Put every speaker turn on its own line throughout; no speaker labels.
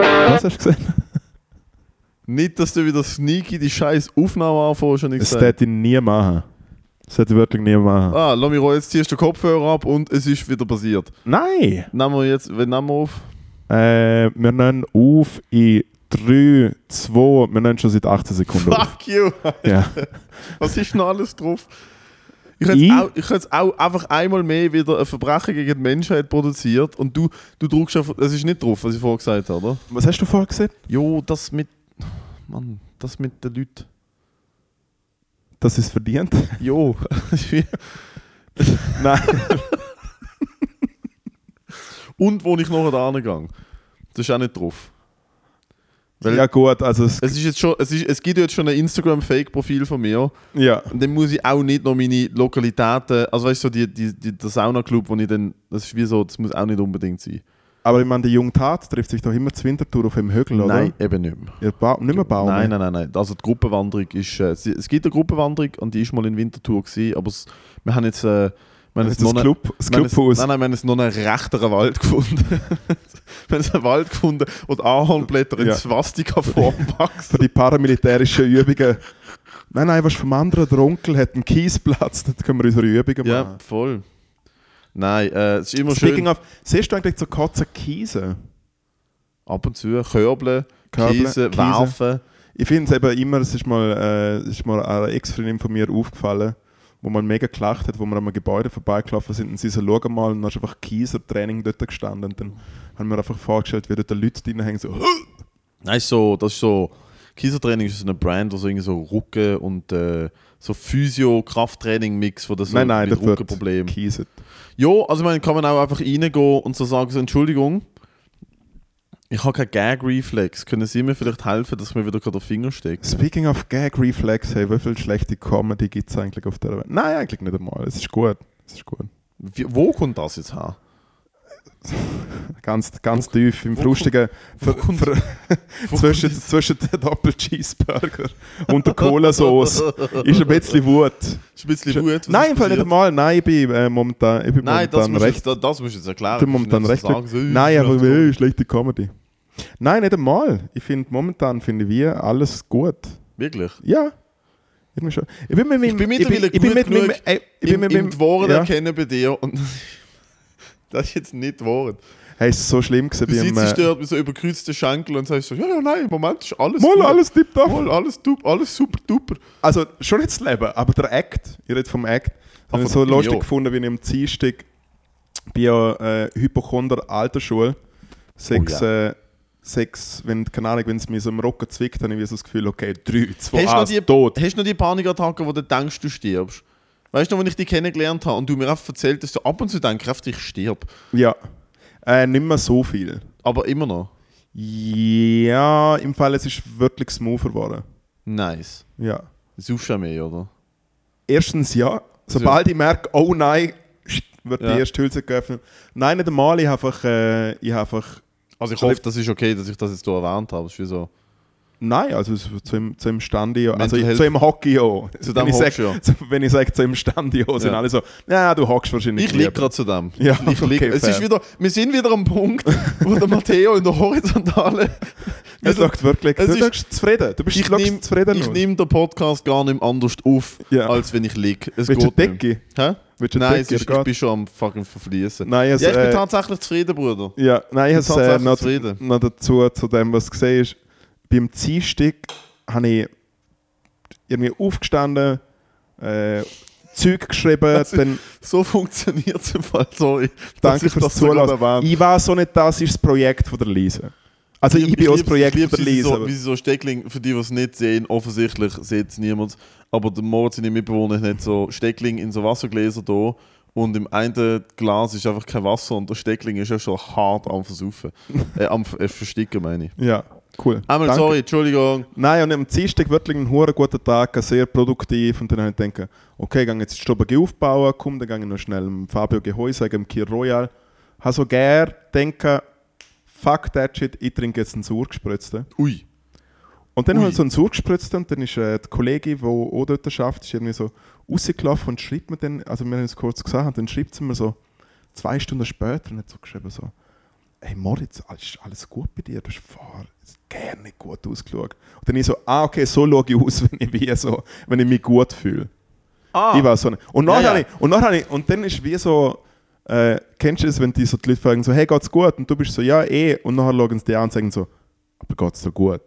hast du gesehen?
Nicht, dass du wieder sneaky die scheiß Aufnahme anfängst und ich
Das
sage,
hätte ich nie machen. Das hätte ich wirklich nie machen.
ah, lass mich ruhig, jetzt ziehst du den Kopfhörer ab und es ist wieder passiert.
Nein!
Nehmen wir jetzt, wen nehmen wir auf?
Äh, wir nehmen auf in 3, 2, wir nehmen schon seit 18 Sekunden auf.
Fuck you!
Ja.
Was ist denn alles drauf? Ich hätte
Ich?
auch, ich hätte auch einfach einmal mehr wieder ein Verbrechen gegen die Menschheit produziert und du, du druckst auf. Es ist nicht drauf, was ich vorher gesagt habe, oder?
Was hast du vorher gesehen?
Jo, das mit. Mann, das mit den Leuten.
Das ist verdient.
Jo.
Nein.
und wo ich noch da hingegangen. Das ist auch nicht drauf. Weil-
ja gut, also es,
Es, ist jetzt schon, es, ist, es gibt jetzt schon ein Instagram-Fake-Profil von mir.
ja.
Und dann muss ich auch nicht noch meine Lokalitäten. Also weißt du, so die, die, die, der Sauna-Club, wo ich dann. Das ist wie so, das muss auch nicht unbedingt sein.
Aber ich meine, der junge Tat trifft sich doch immer zur Wintertour auf dem Hügel, oder?
Nein, eben nicht mehr.
Ihr ba nicht mehr ne? bauen.
Nein, nein, nein, nein. Also die Gruppenwanderung ist. Äh, sie- es gibt eine Gruppenwanderung und die ist mal in Winterthur gewesen, aber es, wir haben jetzt. Äh, wir haben
Das
jetzt
ist
noch
das
eine-
Club, das
wir haben jetzt-
Clubhaus.
Nein, nein, wir haben jetzt noch einen rechteren Wald gefunden. wir haben jetzt einen Wald gefunden, wo die Ahornblätter in
Ja.
Swastika-Form wachsen.
Für die paramilitärischen Übungen. Nein, nein, was vom anderen, der Onkel hat einen Kiesplatz, dort können wir unsere Übungen
Ja,
machen.
voll. Nein, äh, es ist immer
Ah. Speaking
schön.
of, siehst du eigentlich zu Katzen Kiesen?
Ab und zu Körbeln,
Körbeln,
Käse,
Käse.
werfen.
Ich finde es eben immer, es ist mal, äh, es ist mal einer Ex-Freundin von mir aufgefallen, wo man mega gelacht hat, wo wir an einem Gebäude vorbeigelaufen sind und sie so, schau mal, und dann ist einfach Kieser-Training dort gestanden und dann haben wir einfach vorgestellt, wie dort die Leute drin hängen, so,
Nein, ist so, das ist so. Kiesertraining ist so eine Brand, wo so irgendwie so Rucken und äh, so Physio-Krafttraining-Mix, wo das so
nein, nein,
mit
dort wird
Ruckenproblem.
gekieset.
Jo, also ich meine, kann man auch einfach reingehen und so sagen, so, Entschuldigung, ich habe keinen Gag-Reflex. Können Sie mir vielleicht helfen, dass mir wieder gerade der Finger steckt?
Speaking of Gag Reflex, hey, wie viel schlechte Comedy gibt es eigentlich auf der Welt? Nein, eigentlich nicht einmal. Es ist gut. Es ist gut.
Wie, wo kommt das jetzt her?
Ganz, ganz tief im
wo
frustigen ver,
kommt-
ver, zwischen, zwischen den Doppel-Cheeseburger und der Cola-Sauce ist ein bisschen Wut.
Ist ein bisschen gut. was
nein,
ist
im Fall nicht
passiert?
einmal. Nein, ich bin äh, momentan, ich bin
Nein, das
momentan
musst,
recht.
recht, jetzt, das musst du jetzt erklären.
Ich bin momentan
Du
recht.
musst nicht so sagen, so,
nein,
ich
aber
möchte-
äh, schlechte Comedy. Nein, nicht einmal. Ich finde momentan finde wir alles gut.
Wirklich?
Ja. Irgendwie schon. Ich bin mit meinem.
Ich bin mittlerweile
ich bin,
gut
mit meinem-
genug
äh, ich
Ich
bin
Im,
mit
im
meinem.
die Worte
ja.
erkennen bei dir und das ist jetzt nicht die Worte.
Hey, es ist so schlimm gewesen.
Du
bei dem,
sitzt
äh,
stört mit so überkreuzten Schenkel und sagst so, ja, ja, nein, im Moment ist alles
Mal
gut.
alles tipptopp.
Mal, alles, dup, alles super duper.
Also schon nicht das Leben, aber der Act. Ihr redet vom Act.
Ah,
Ich habe
von-
so
ja.
lustig gefunden, wie ich am Dienstag bei einer äh, Hypochonder alter Schule sechs,
Oh
äh, sechs, wenn, keine Ahnung, wenn es mir so im Rücken zwickt, habe ich wie so das Gefühl, okay, drei, zwei, eins,
Hast du, noch
tot.
die, hast du noch die Panikattacke, wo du denkst, du stirbst? Weißt du noch, wenn ich dich kennengelernt habe und du mir einfach erzählt hast, du ab und zu denkst, einfach, ich stirb.
Ja. Äh, nicht mehr so viel.
Aber immer noch.
Ja, im Fall, es ist wirklich smoother geworden.
Nice.
Ja.
Suchst du auch mehr, oder?
Erstens ja. Sobald ich merke, oh nein, wird
Also- Ja.
die erste Hülse geöffnet. Nein, nicht einmal. Ich habe einfach, äh, ich habe einfach.
Also ich
Soll
hoffe, das ist okay, dass ich das jetzt hier erwähnt habe. Das ist wie so.
Nein, also es- zu im, zu im Stande ja. Also
Mental
zu im Hockey ja.
Zu dem
wenn, ich sag,
hockst du ja.
zu- wenn ich sage zu im Stande ja, sind
Ja.
alle so, na du hockst wahrscheinlich
Ich liege
lieber."
gerade zu dem.
Ja,
ich lieg,
okay,
es
fair.
ist wieder, wir sind wieder am Punkt, wo der Matteo in der Horizontale.
Es sagt wirklich,
also Es
du
ist-
bist zufrieden. Du bist
ich
schaust
nehm-
zufrieden.
ich
aus.
nehme den Podcast gar nicht anders auf,
Ja.
als wenn ich liege. Es
Willst du
geht
eine
nicht.
Decke?
Hä?
Willst du eine
Nein, es
Decke?
ist, ich bin schon am fucking verfließen.
Nein, es,
ja, ich bin
äh,
tatsächlich zufrieden, Bruder.
Ja, nein, ich habe äh,
tatsächlich
noch,
zufrieden.
noch dazu, zu dem, was du gesehen hast. Beim Dienstag habe ich irgendwie aufgestanden, äh, Zeug geschrieben,
Das ist-
dann
So funktioniert es im Fall, sorry. dass
danke
ich
fürs
das so gerade
Zulassen.
erwähne.
Ich weiß so nicht, das ist das Projekt von der Lise. Also ich, bin auch das
lieb's-
Projekt
lieb's,
von der
wie sie
Lise.
So,
aber-
wie sie so Steckling, für die, die es nicht sehen, offensichtlich sieht es niemand. Aber der Moritz, seine Mitbewohner, hat so Steckling in so Wassergläser da. Und im einen Glas ist einfach kein Wasser und der Steckling ist ja schon hart am Versaufen. äh, am Ver- äh, Versticken, meine ich.
Ja, cool.
Einmal,
Danke.
sorry, Entschuldigung.
Nein, und am Dienstag wirklich einen hohen guten Tag, sehr produktiv. Und dann habe ich gedacht, okay, gehe jetzt die Stube aufbauen, komm, dann gehe ich noch schnell dem Fabio Geheu sagen, dem Kier Royal. Habe so gern denken, fuck that shit, ich trinke jetzt einen Sauergespritzten.
Ui.
Und dann
Ui.
habe ich so einen Sauergespritzten und dann ist äh, die Kollegin, die auch dort arbeitet, ist irgendwie so rausgelaufen und schreibt mir dann, also wir haben es kurz gesagt, und dann schreibt sie mir so zwei Stunden später, nicht so geschrieben, so, hey Moritz, ist alles gut bei dir? Du hast vorher gar nicht gut ausgeschaut. Und dann ich so, ah okay, so schaue ich aus, wenn ich, wie so, wenn ich mich gut fühle.
Ah,
Ich war so nicht. Und nachher,
Ja,
habe
ja.
Ich, und nachher habe ich, und dann ist wie so, äh, kennst du das, wenn die, so die Leute fragen so, hey, geht's gut? Und du bist so, ja, eh. Und nachher schauen sie dich an und sagen so, aber geht's dir gut?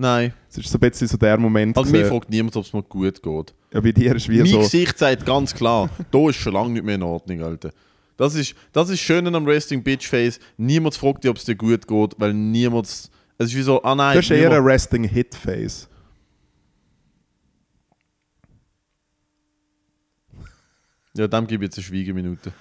nein.
Es ist so ein bisschen so der Moment.
Also mir
gewesen.
fragt niemand, ob es mir gut geht.
ja, bei dir ist wie
Mein
so,
Gesicht sagt ganz klar, da ist schon lange nicht mehr in Ordnung, Alter. Das ist, das ist schön am Resting Bitch Face. Niemand fragt dich, ob es dir gut geht, weil niemand. Es ist wie so, ah nein,
das ist eher ein
niemand-
resting hit face
ja, dem gebe ich jetzt eine Schweigeminute.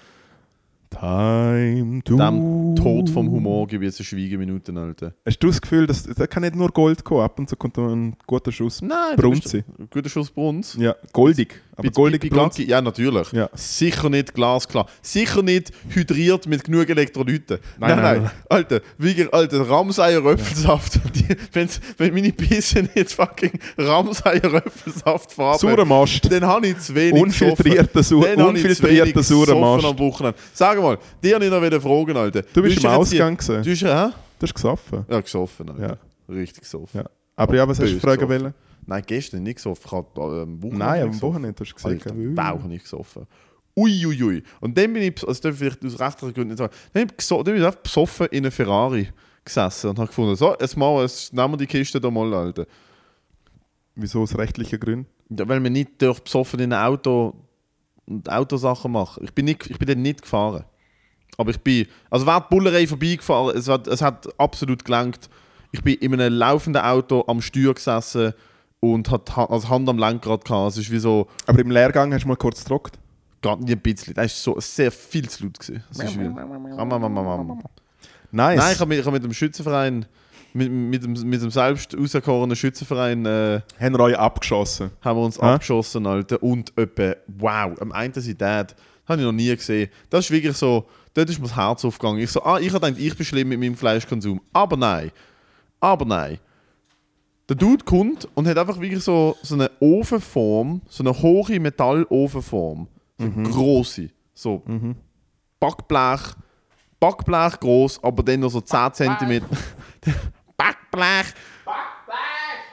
Time to...
Dem Tod vom Humor gebe ich jetzt eine Schweigeminute, Alter.
Hast du das Gefühl, dass, da kann nicht nur Gold kommen, ab und zu kommt noch ein guter Schuss.
Nein,
Brunzi.
Ein guter Schuss Brunz.
Ja, goldig. Aber
Bei- bei
goldig
Bianchi- Ja, natürlich.
Ja.
Sicher nicht glasklar. Sicher nicht hydriert mit genug Elektrolyten.
Nein,
Nein, nein.
nein, nein.
Alter, wie alter Ramseier-Röpfelsaft. Die- wenn's- Wenn meine Pisse nicht fucking Ramseier-Röpfelsaft
Saurer
verarbeitet,
Mast.
dann habe ich zu wenig
Unfiltrierter
gesoffen.
Sau-
Dann habe ich zu wenig
unfiltrierter saurer
gesoffen
Mast.
am Wochenende. Sag mal, dir habe ich noch wieder fragen, Alter.
Du bist im
ja jetzt
Ausgang
hier-
gewesen.
Du bist ja, hä?
Du hast gesoffen.
Dus Ja, gesoffen, Alter. Richtig gesoffen.
Ja. Aber ja, was hast du
Böse
fragen
gesoffen.
wollen?
Nein, gestern nicht gesoffen. Ich habe äh, am Wochenende
Nein, am
gesoffen.
Wochenende hast du gesagt.
Alter,
gell?
Bauch nicht gesoffen. Uiuiui. Ui, ui. Und dann bin ich, bes- also das darf ich vielleicht aus rechtlichen Gründen nicht sagen, dann bin ich, geso- dann bin ich einfach besoffen in einem Ferrari gesessen und habe gefunden, so, jetzt machen wir, jetzt nehmen wir die Kiste da mal, Alter.
Wieso aus rechtlichen Gründen?
Ja, weil man nicht darf besoffen in einem Auto und Autosachen machen. Ich bin, nicht, ich bin dort nicht gefahren. Aber ich bin, also wäre die Bullerei vorbeigefahren, es hat, es hat absolut gelangt. Ich bin in einem laufenden Auto am Steuer gesessen und hatte ha also Hand am Lenkrad gehabt. Es ist wie so,
Aber im Lehrgang hast du mal kurz gedruckt.
Gar nicht ein bisschen. Das ist so sehr viel zu laut. Gewesen. Das ist wie- Am, am, am, am, am.
Nice.
Nein, ich habe mit, ich hab mit dem Schützenverein, mit, mit, dem, mit dem selbst auserkorenen Schützenverein, äh,
haben wir euch abgeschossen.
haben wir uns
Hä?
abgeschossen, Alter. Und etwa, wow, am einen sind das. Habe ich noch nie gesehen. Das ist wirklich so, dort ist mir das Herz aufgegangen. Ich so, ah, ich dachte, ich bin schlimm mit meinem Fleischkonsum. Aber nein. Aber nein. Der Dude kommt und hat einfach wirklich so, so eine Ofenform, so eine hohe Metallofenform. So eine grosse. So Backblech. Backblech groß, aber dann noch so 10 cm. Backblech!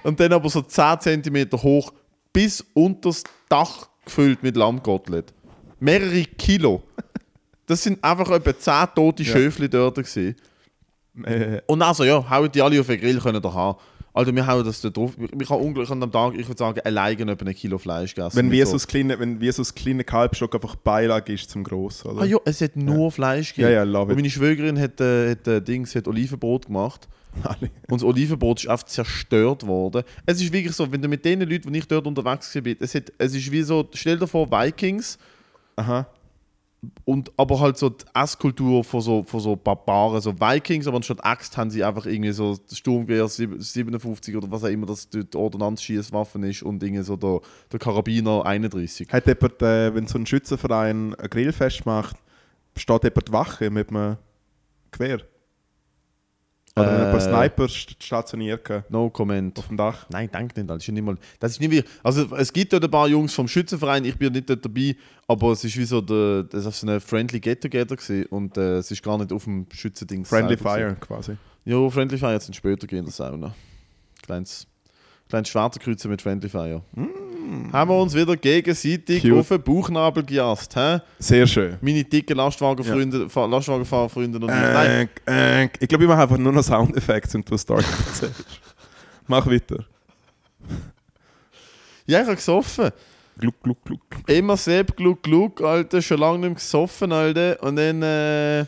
Und dann aber so 10 cm hoch bis unters Dach gefüllt mit Lammkotelett. Mehrere Kilo. Das sind einfach etwa 10 tote Schöfli dort. Gewesen.
Äh,
Und also ja, hauen die alle auf den Grill können da haben. Also wir hauen das da drauf. Ich, ich habe unglaublich an dem Tag, ich würde sagen, alleine etwa ein Kilo Fleisch gegessen.
wenn,
Mit
wir so das kleine, wenn wir so das kleine Kalbstock einfach Beilage ist zum Grossen. Oder?
Ah ja, es hat nur Fleisch gegeben.
Ja, ja, love it.
Und meine Schwägerin hat, äh, hat, äh, Dings, hat Olivenbrot gemacht.
Alle.
Und das Olivenbrot ist einfach zerstört worden. Es ist wirklich so, wenn du mit den Leuten, die ich dort unterwegs gewesen bin, es, hat, es ist wie so, stell dir vor, Vikings,
Aha.
und aber halt so die Esskultur von so, von so Barbaren, so Vikings, aber anstatt Axt haben sie einfach irgendwie so das Sturmgewehr sieb- 57 oder was auch immer das die die Ordnanzschießwaffen ist und irgendwie so der, der Karabiner 31.
Hat jemand, äh, wenn so ein Schützenverein ein Grillfest macht, steht jemand Wache mit einem Gewehr? Oder wenn ein paar
Äh.
Sniper st- stationiert gehen
No comment.
auf dem Dach?
Nein, danke nicht. Das ist ja nicht mal. Das ist nicht wie, also es gibt dort ein paar Jungs vom Schützenverein, ich bin nicht dort dabei, aber es ist wie so der, das ist so ein friendly Get-Together gewesen und äh, es ist gar nicht auf dem Schützending.
Friendly
selber
Fire quasi.
gewesen. Ja, Friendly Fire jetzt später gehen in der Sauna. Kleines, kleines schwarze Kreuze mit Friendly Fire. Haben wir uns wieder gegenseitig
Mm. Cute.
auf den Bauchnabel gejast, hä?
Sehr schön.
Meine dicken Lastwagenfreunde, Fa- Lastwagenfahrerfreunde und ich. Nein,
Äh, äh, ich glaube, ich mache einfach nur noch Soundeffekte und du Story erzählst. Mach weiter.
ja, ich habe gesoffen.
Gluck, gluck, gluck.
Immer Sepp, gluck, gluck, Alter, schon lange nicht mehr gesoffen, Alter. Und dann, äh,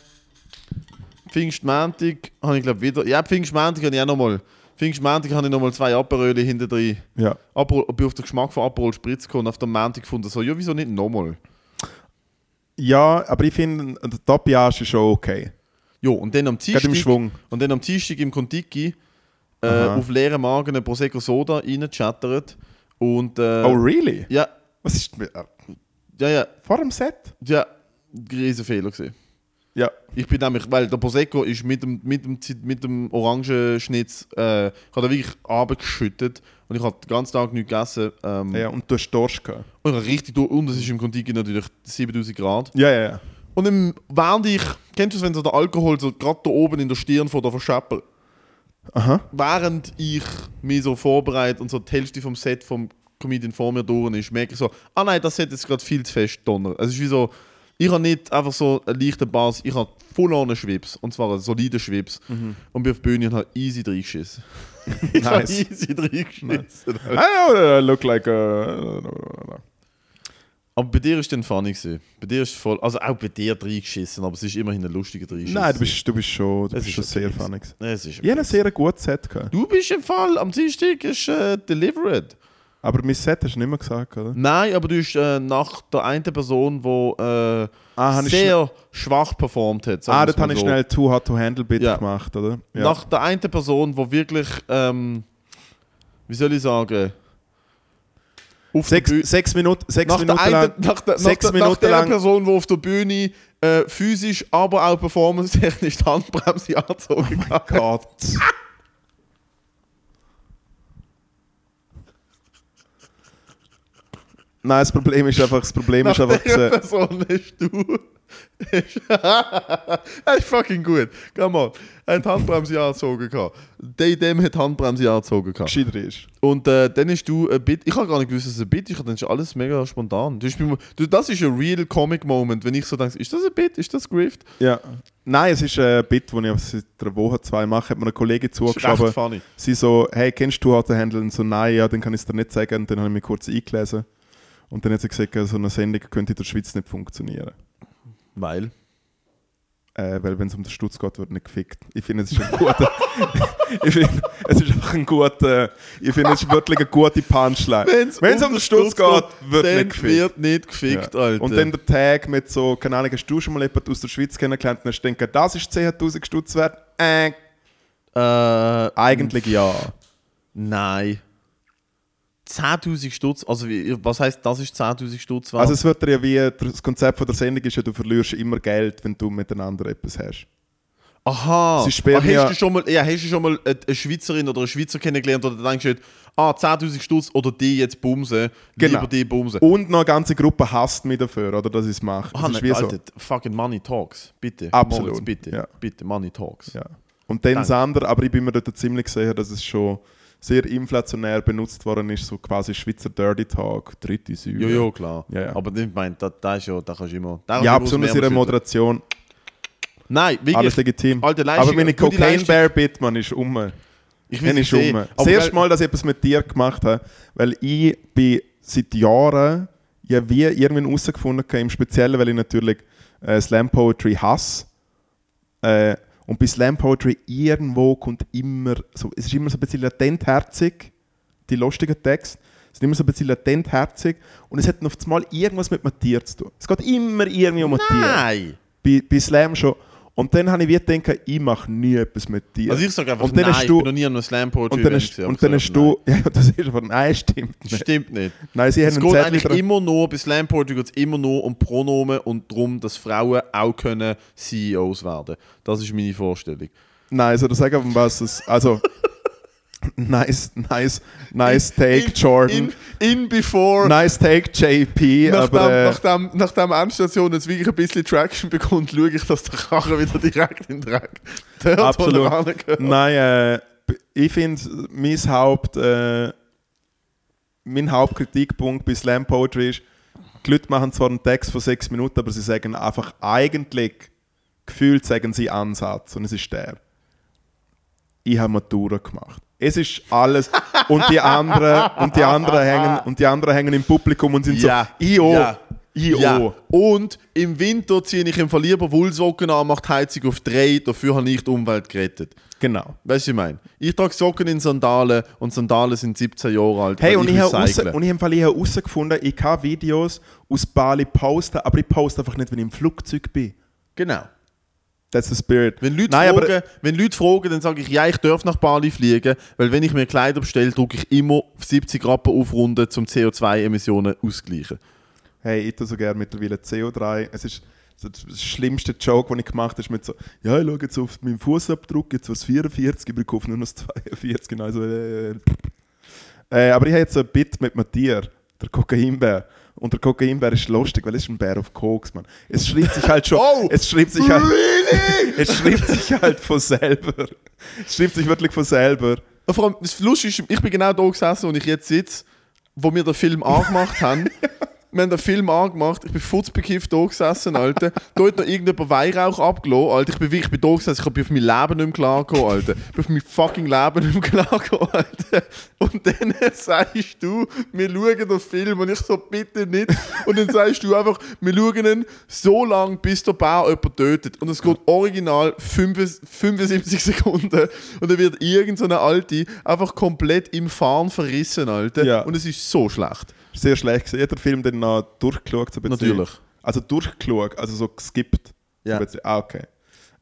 Pfingstmäntig habe ich glaube wieder, ja, Pfingstmäntig habe ich auch nochmal, Pfingstmäntig habe ich nochmal zwei Aperöle hinter drin.
Ja.
Aperol, bin auf den Geschmack von Aperol Spritz gekommen und auf dem Mäntig gefunden, so, ja, wieso nicht nochmal?
ja, aber ich finde, der Tapiage ist schon okay.
Jo, und dann am
Gerade im
Dienstag,
Schwung.
und dann am Dienstag im Contiki, äh,
Aha.
auf leeren Magen einen Prosecco Soda reingechattert und, äh,
oh, really?
ja,
Was ist. Äh,
ja, ja,
vor dem Set?
ja, riesen Fehler gesehen.
Ja.
Ich bin nämlich, weil der Prosecco ist mit dem, mit dem, Zit- mit dem Orangenschnitz, äh, ich habe da wirklich abgeschüttet und ich habe den ganzen Tag nichts gegessen. Ähm,
ja. Und du hast Durst gehabt.
Und ich habe richtig durch, und es ist im Contiki natürlich 7000 Grad.
Ja, ja, ja.
Und im, während ich, kennst du es, wenn so der Alkohol so gerade da oben in der Stirn vor der Verscheppel,
Aha.
während ich mich so vorbereite und so die Hälfte vom Set vom Comedian vor mir durch ist, merke ich so, ah nein, das Set ist gerade viel zu fest donnert. Also es ist wie so, ich habe nicht einfach so einen leichten Bass, ich habe voll ohne Schwips, und zwar einen soliden Schwips.
Mhm.
Und bin auf die Bühne und habe easy reingeschissen. ich habe
Nice.
easy
I
reingeschissen.
know that I äh, look like äh, a...
Aber bei dir ist dann funny gewesen. Bei dir ist voll, also auch bei dir reingeschissen, aber es ist immerhin ein lustiger Reinschiss.
Nein, du bist, du bist schon, du
Es
bist
ist
schon
okay.
sehr funny. gewesen.
Nein, es ist
Ich hatte ein sehr gutes Set. Gehabt.
Du bist im Fall, am Dienstag ist äh, Delivered.
Aber mein Set hast du nicht mehr gesagt, oder?
Nein, aber du bist äh, nach der einen Person, die äh,
Ah, hab ich
sehr schwach performt hat. sagen
Ah,
wir's
dort
mal
habe ich
so.
schnell Too Hot to Handle Bit
Ja.
gemacht, oder? Ja.
Nach der einen Person, die wirklich, ähm, wie soll ich sagen, auf
sechs,
der Bühne-
sechs Minuten, sechs
nach
Minuten
der einen,
lang.
nach der,
sechs
nach der, nach
Minuten
der
lang-
Person, die auf der Bühne äh, physisch, aber auch performance-technisch die Handbremse
Oh
angezogen hat.
Gott. Nein, das Problem ist einfach, das Problem ist
Nach
einfach,
dieser
äh,
Person bist du. das ist fucking gut. Come on. Er hat die Handbremse angezogen. gehabt. Der dem hat die Handbremse angezogen. gehabt.
gescheiter ist.
Und äh, dann hast du ein Bit. Ich habe gar nicht gewusst, dass es ein Bit ist. Ich habe dann schon alles mega spontan. Du hast mir- du, das ist ein real Comic Moment, wenn ich so denke, ist das ein Bit? Ist das Grift?
Ja. Nein, es ist ein Bit, das ich seit einer Woche, zwei mache, hat mir eine Kollegin
Das ist echt
zugeschoben.
funny.
Sie so, hey, kennst du Hard to Handle? Und so, nein, ja, dann kann ich es dir nicht sagen. Und dann habe ich mich kurz eingelesen. Und dann hat sie gesagt, so eine Sendung könnte in der Schweiz nicht funktionieren.
Weil.
Äh, weil wenn es um den Stutz geht, wird nicht gefickt. Ich finde, es ist ein guter... ich finde, es ist auch ein guter... Ich finde, es ist wirklich eine gute Punchline. Wenn es um den Stutz geht, wird
dann
nicht gefickt.
Wird nicht gefickt,
Ja.
Alter.
Und dann der Tag mit so, keine Ahnung, hast du schon mal jemanden aus der Schweiz kennengelernt und hast gedacht, das ist 10'000 Stutz wert? Äh,
äh,
eigentlich ja.
Nein. 10.000 Stutz, also wie, was heißt das ist 10.000 Stutz? wert?
Also es wird dir ja wie, das Konzept von der Sendung ist ja, du verlierst immer Geld, wenn du miteinander etwas hast.
Aha.
sie sperren
Ah, hast,
ja-
du schon mal, ja, hast du schon mal eine eine Schweizerin oder einen Schweizer kennengelernt oder denkst du, ah, 10.000 Stutz oder die jetzt bumsen,
Genau.
lieber die bumsen.
Und noch eine ganze Gruppe hasst mich dafür, oder, dass ich es mache.
Aha,
Es ist
nein,
wie so.
Ah, ne, Alter, fucking Money Talks, bitte.
Absolut,
Moritz, bitte,
ja.
bitte, Money Talks.
Ja. Und dann
Danke.
das andere, aber ich bin mir dort ziemlich sicher, dass es schon sehr inflationär benutzt worden ist, so quasi Schweizer Dirty Talk, dritte Säule.
Ja, ja, klar.
Ja, ja.
Aber ich meine, da, da ist ja, da kannst du immer... Da kannst du
Ja,
immer
besonders
aus dem
ihre
Ärmel schütteln.
Moderation,
Nein, wirklich.
alles legitim.
Alter, Leistung-
aber meine
gute
Cocaine
Leistung.
Bear Bit, man, ist um.
ich
Dann
sie
ist um.
sehen, aber
Das erste
weil-
Mal, dass ich etwas mit dir gemacht habe, weil ich bin seit Jahren ja wie irgendwann herausgefunden habe, im Speziellen, weil ich natürlich äh, Slam Poetry hasse. Äh, und bei Slam Poetry irgendwo kommt immer, so, es ist immer so ein bisschen latentherzig, die lustigen Texte. Es sind immer so ein bisschen latentherzig und es hat auf einmal irgendwas mit einem Tier zu tun. Es geht immer irgendwie um ein Tier.
Nein.
Bei, bei Slam schon. Und dann habe ich wie gedacht, ich mache nie etwas mit Tieren.
Also ich sage einfach
und dann
nein,
hast
ich
du,
bin noch nie an einem Slam Poetry
und dann
Event
hast,
gewesen,
und
aber
dann
ich
hast
sag einfach
du. Ja, das ist aber. Nein, stimmt
nein.
nicht.
Stimmt nicht.
Nein, sie
Es
haben
geht
einen
eigentlich
Zettel dran.
immer nur, bei Slam Poetry geht es immer nur um Pronomen und darum, dass Frauen auch können CEOs werden Das ist meine Vorstellung.
Nein, also das sagen wir was. es- Also. nice, nice, nice take,
in,
Jordan.
In, in before,
nice take, JP.
nachdem,
aber. Äh,
nachdem, nachdem Endstation jetzt wirklich ein bisschen Traction bekommt, schaue ich, dass der Karren wieder direkt in den Dreck dort, wo er
Absolut.
hingehört.
Nein, äh, ich finde, mein Haupt, äh, mein Hauptkritikpunkt bei Slam Poetry ist, die Leute machen zwar einen Text von sechs Minuten, aber sie sagen einfach eigentlich, gefühlt sagen sie Ansatz und es ist der. Ich habe Matura gemacht. Es ist alles. Und die anderen, und die anderen hängen, und die anderen hängen im Publikum und sind
Ja.
so, IO,
Ja.
IO.
Ja. Und im Winter ziehe ich im Verlierer Wollsocken an, mache die Heizung auf 3, dafür habe ich die Umwelt gerettet.
Genau.
Weißt du, was ich meine? Ich trage Socken in Sandalen und Sandalen sind 17 Jahre alt.
Hey,
weil
und ich,
will
habe raus,
cyclen.
und ich habe im Fall ich habe herausgefunden, ich kann Videos aus Bali posten, aber ich poste einfach nicht, wenn ich im Flugzeug bin.
Genau.
That's the spirit.
Wenn Leute,
Nein,
fragen, wenn Leute fragen, dann sage ich, ja, ich darf nach Bali fliegen, weil wenn ich mir Kleider bestelle, drücke ich immer auf 70 Rappen aufrunden, um CO2-Emissionen auszugleichen.
aber hey, ich tue so gerne mittlerweile CO3. Es ist so der schlimmste Joke, den ich gemacht habe, ist mit so, ja, ich schaue jetzt auf meinen Fußabdruck, jetzt was 44, aber ich kaufe nur noch das 42. Äh, Genau so, äh, äh, aber ich habe jetzt so ein Bit mit Matthias, der Kokainbär, Und der Kokainbär ist lustig, weil es ist ein Bär auf Koks, Mann. Es schreibt sich halt schon.
Oh!
es schreibt sich halt. es schreibt sich halt von selber. Es schreibt sich wirklich von selber.
Und vor allem, das Lustige ist, ich bin genau da gesessen, wo ich jetzt sitze, wo wir den Film angemacht haben. Wir haben den Film angemacht, ich bin futzbekifft da gesessen, Alter. Da hat noch irgendjemand Weihrauch abgelassen, Alter. Ich bin wirklich, ich bin da gesessen, ich bin auf mein Leben nicht mehr klargekommen, Alter. Ich bin auf mein fucking Leben nicht mehr klargekommen, Alter. Und dann sagst du, wir schauen den Film und ich so, bitte nicht. Und dann sagst du einfach, wir schauen ihn so lange, bis der Bär jemanden tötet. Und es geht original 5 75 Sekunden und dann wird irgendeine so eine Alte einfach komplett im Fahren verrissen, Alter.
Ja.
Und es ist so schlecht.
Sehr schlecht gesehen. Ich hab den Film dann noch durchgeschaut. So ein bisschen.
Natürlich.
Also durchgeschaut, also so geskippt.
Ja.
So ein bisschen. ah, okay.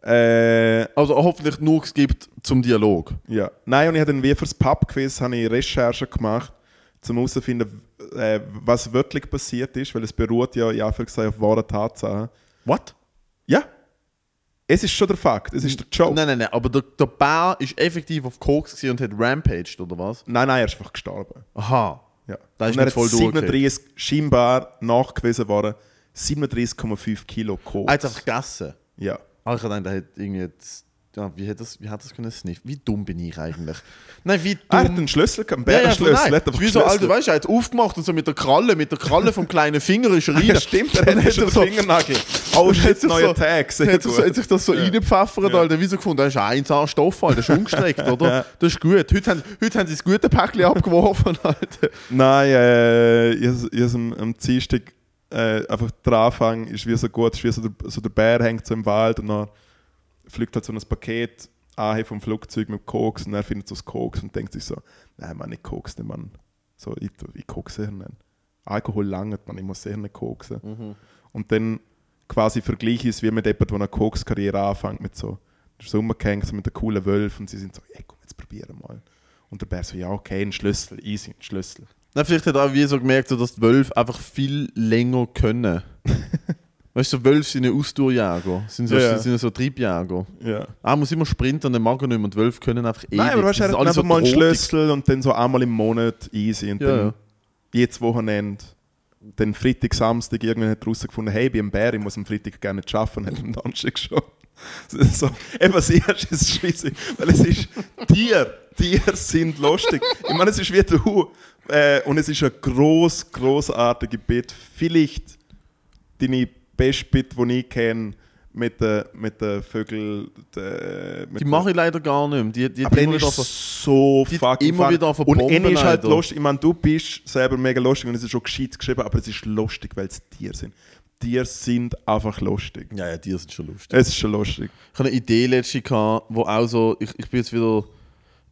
Äh,
Also hoffentlich nur es gibt zum Dialog.
Ja. Nein, und ich habe dann wie fürs Pub-Quiz habe ich Recherchen gemacht, um herauszufinden, äh, was wirklich passiert ist, weil es beruht ja in Anführungszeichen auf wahren Tatsachen.
What?
Ja. Es ist schon der Fakt, es ist der Joke. Nein,
Nein, nein, nein, aber der, der Bär ist effektiv auf Koks gewesen und hat rampaged, oder was?
nein, er ist einfach gestorben.
Aha.
Ja.
Da ist
und er
nicht voll
hat
durchgekriegt.
37, scheinbar nachgewiesen worden, 37,5 Kilo Koks.
Er hat Ah, einfach gegessen.
ja.
Ah, ich dachte, er hat irgendwie jetzt... Ja, wie hat das, wie hat das können sniffen? Wie dumm bin ich eigentlich? Nein, wie dumm...
Ah, Er hat einen Schlüssel, gehabt, einen Bärenschlüssel.
nein.
Ja, ja,
Das ist wie so, Alter, weißt du, er hat aufgemacht und so mit der Kralle, mit der Kralle vom kleinen Finger ist er rein.
ja, stimmt, er
Dann
hat schon
er
den Fingernagel. Oh
Und hat
shit,
sich
neuer
so-
Tag.
Dann
Sehr
hat, sich- hat
gut.
sich das so
Ja.
reingepfeffert,
Ja.
Alter. Wie so gefunden, das ist ein 1A Stoff, Alter. Das ist umgestreckt, oder? Das ist gut. Heute haben, heute haben sie das gute Päckchen abgeworfen, Alter.
Nein, äh, ich, ich am, am Dienstag äh, einfach der Anfang ist wie so gut, ist wie so der, so der Bär hängt so im Wald und dann fliegt halt so ein Paket an vom Flugzeug mit Koks und er findet so das Koks und denkt sich so, nein Mann, ich kokse nicht, Mann. So, ich, ich kokse nicht. Alkohol langt, Mann, ich muss sehr nicht koksen. Und dann quasi vergleiche ich es wie mit jemandem, der eine Kokskarriere anfängt mit so, der ist so rumgehängt, so mit den coolen Wölfen und sie sind so, ey komm, jetzt probieren wir mal. Und der Bär so, ja okay, ein Schlüssel, easy, ein Schlüssel.
Nein, vielleicht hat er auch wie so gemerkt, so, dass die Wölfe einfach viel länger können. weißt du, so Wölfe sind ja Ausdauerjäger. Sind so,
Ja, ja.
sind ja so Triebjäger.
Ja.
Ah, muss immer sprinten, dann mag er nicht mehr. Und die Wölfe können einfach ewig.
Nein, aber
Das
weißt du, er
sind
hat
alle
einfach mal einen
drahtig.
Schlüssel und dann so einmal im Monat easy und
Ja,
dann
ja.
jedes Wochenende. Dann Freitag, Samstag, irgendwann hat er herausgefunden, hey, ich bin ein Bär, ich muss am Freitag gerne nicht arbeiten, hat am Donnerstag schon. So, eben, sie ist es schwierig, weil es ist Tier, Tier sind lustig. Ich meine, es ist wie der Hu äh, und es ist ein gross, grossartiger Bit. Vielleicht deine beste Bit, die ich kenne, mit den mit den Vögeln. der- mit
Die
den-
mache ich leider gar nicht mehr. Die, die,
aber dann
die immer
ist
wieder so-
so
Die
fucking
immer
funny.
wieder auf den
Und
Bomben,
Annie ist halt
Alter.
lustig. Ich meine, du bist selber mega lustig und es ist schon gescheit geschrieben, aber es ist lustig, weil es Tiere sind. Tiere sind einfach lustig.
ja, ja, die sind schon lustig.
Es ist schon lustig.
Ich hatte eine Idee letzte, gehabt, wo auch so, ich, ich bin jetzt wieder,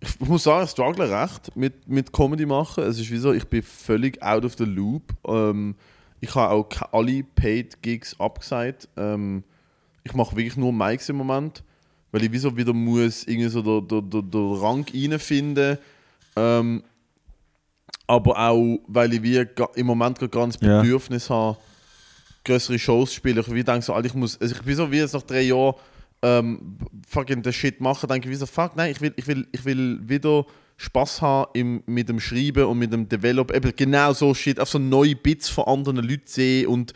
ich muss sagen, ich struggle recht mit, mit Comedy machen. Es ist wie so, ich bin völlig out of the loop. Ähm, ich habe auch ke- alle Paid Gigs abgesagt. Ähm, ich mache wirklich nur Mics im Moment, weil ich wie so wieder muss irgendwie so den, den, den, den Rang reinfinden. Ähm, aber auch, weil ich wie ga- im Moment gerade ganz
Ja.
Bedürfnis habe, größere Shows spielen. Ich wie denke so, Alter, ich muss, also ich bin so wie jetzt nach drei Jahren ähm, fucking den Shit machen, denke ich wie so, fuck, nein, ich will, ich will, ich will wieder Spaß haben im, mit dem Schreiben und mit dem Develop, eben genau so Shit, auf so neue Bits von anderen Leuten sehen und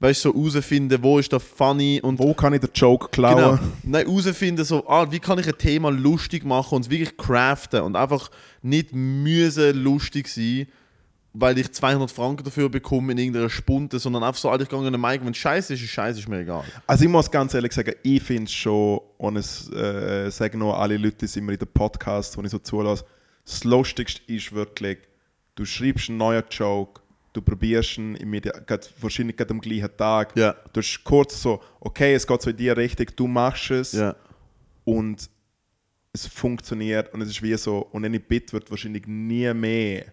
weißt so herausfinden, wo ist da funny und
Wo kann ich den Joke klauen?
Genau. Nein, herausfinden, so, ah, wie kann ich ein Thema lustig machen und es wirklich craften und einfach nicht müssen lustig sein, weil ich 200 Franken dafür bekomme in irgendeiner Spunte, sondern einfach so, Alter, ich gehe an den Mike, wenn es scheiße ist, ist scheiße, ist mir egal.
Also ich muss ganz ehrlich sagen, ich finde es schon, und es äh, sagen noch alle Leute das immer in den Podcasts, die ich so zulasse, das Lustigste ist wirklich, du schreibst einen neuen Joke, du probierst ihn im Ide- grad- wahrscheinlich gerade am gleichen Tag,
Ja.
du hast kurz so, okay, es geht so in die Richtung, du machst es und es funktioniert und es ist wie so, und eine Bit wird wahrscheinlich nie mehr,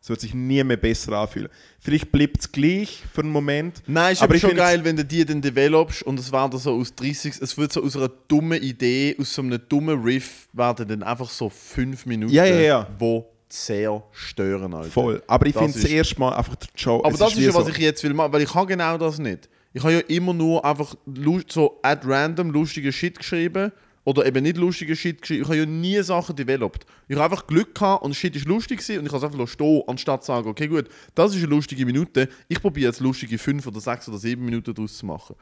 es wird sich nie mehr besser anfühlen. Vielleicht bleibt es gleich für einen Moment,
Nein, ist aber, schon
find's-
geil, wenn du die dann developst und es werden so aus 30, es wird so aus einer dummen Idee, aus so einem dummen Riff, werden dann einfach so 5 Minuten,
Ja, ja, ja.
wo sehr stören, Alter.
Voll. Aber ich
Das
finde das
ist-
erste Mal einfach der Joke.
Aber
es
das ist,
wie
ja, was
so,
ich jetzt will machen, weil ich habe genau das nicht. Ich habe ja immer nur einfach lu- so at random lustige Shit geschrieben oder eben nicht lustigen Shit geschrieben. Ich habe ja nie Sachen developed. Ich habe einfach Glück gehabt und Shit ist lustig gewesen und ich habe es einfach stehen, anstatt zu sagen, okay gut, das ist eine lustige Minute, ich probiere jetzt lustige 5 oder 6 oder 7 Minuten daraus zu machen.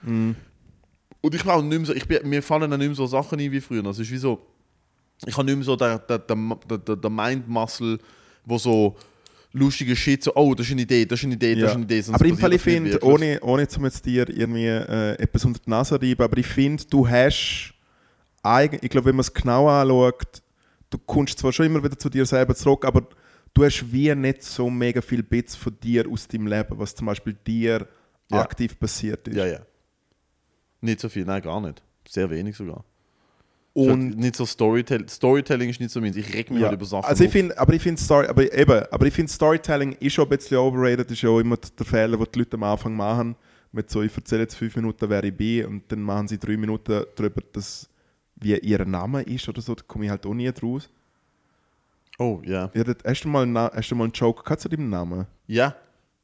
Und ich bin auch nicht mehr so, ich bin, mir fallen auch nicht mehr so Sachen ein wie früher. Also es ist wie so, ich habe nicht mehr so den, den, den, den- den, den Mind-Muscle, wo so lustige Shit, so, oh, das ist eine Idee, das ist eine Idee, das ist eine Idee. sonst
Aber im
passiert
Fall, ich
das nicht
finde,
wirklich.
ohne, ohne zum jetzt dir irgendwie äh, etwas unter die Nase reiben, aber ich finde, du hast, eigen- ich glaube, wenn man es genau anschaut, du kommst zwar schon immer wieder zu dir selber zurück, aber du hast wie nicht so mega viel Bits von dir aus deinem Leben, was zum Beispiel dir
Ja.
aktiv passiert ist.
Ja, ja. Nicht so viel, nein, gar nicht. Sehr wenig sogar.
Und
Ist nicht so Storytelling. Storytelling ist nicht so meins. Ich reg mich
ja.
halt über Sachen.
also ich
auf.
finde, aber ich finde Story, aber eben, aber ich finde Storytelling ist schon ein bisschen overrated, ist ja auch immer der Fehler, den die Leute am Anfang machen, mit so, ich erzähle jetzt fünf Minuten, wer ich bin und dann machen sie drei Minuten darüber, dass wie ihr Name ist oder so, da komme ich halt auch nie draus.
oh, ja.
Ja, das, hast, du mal einen, Na- hast du mal einen Joke gehabt zu deinem Namen?
Ja,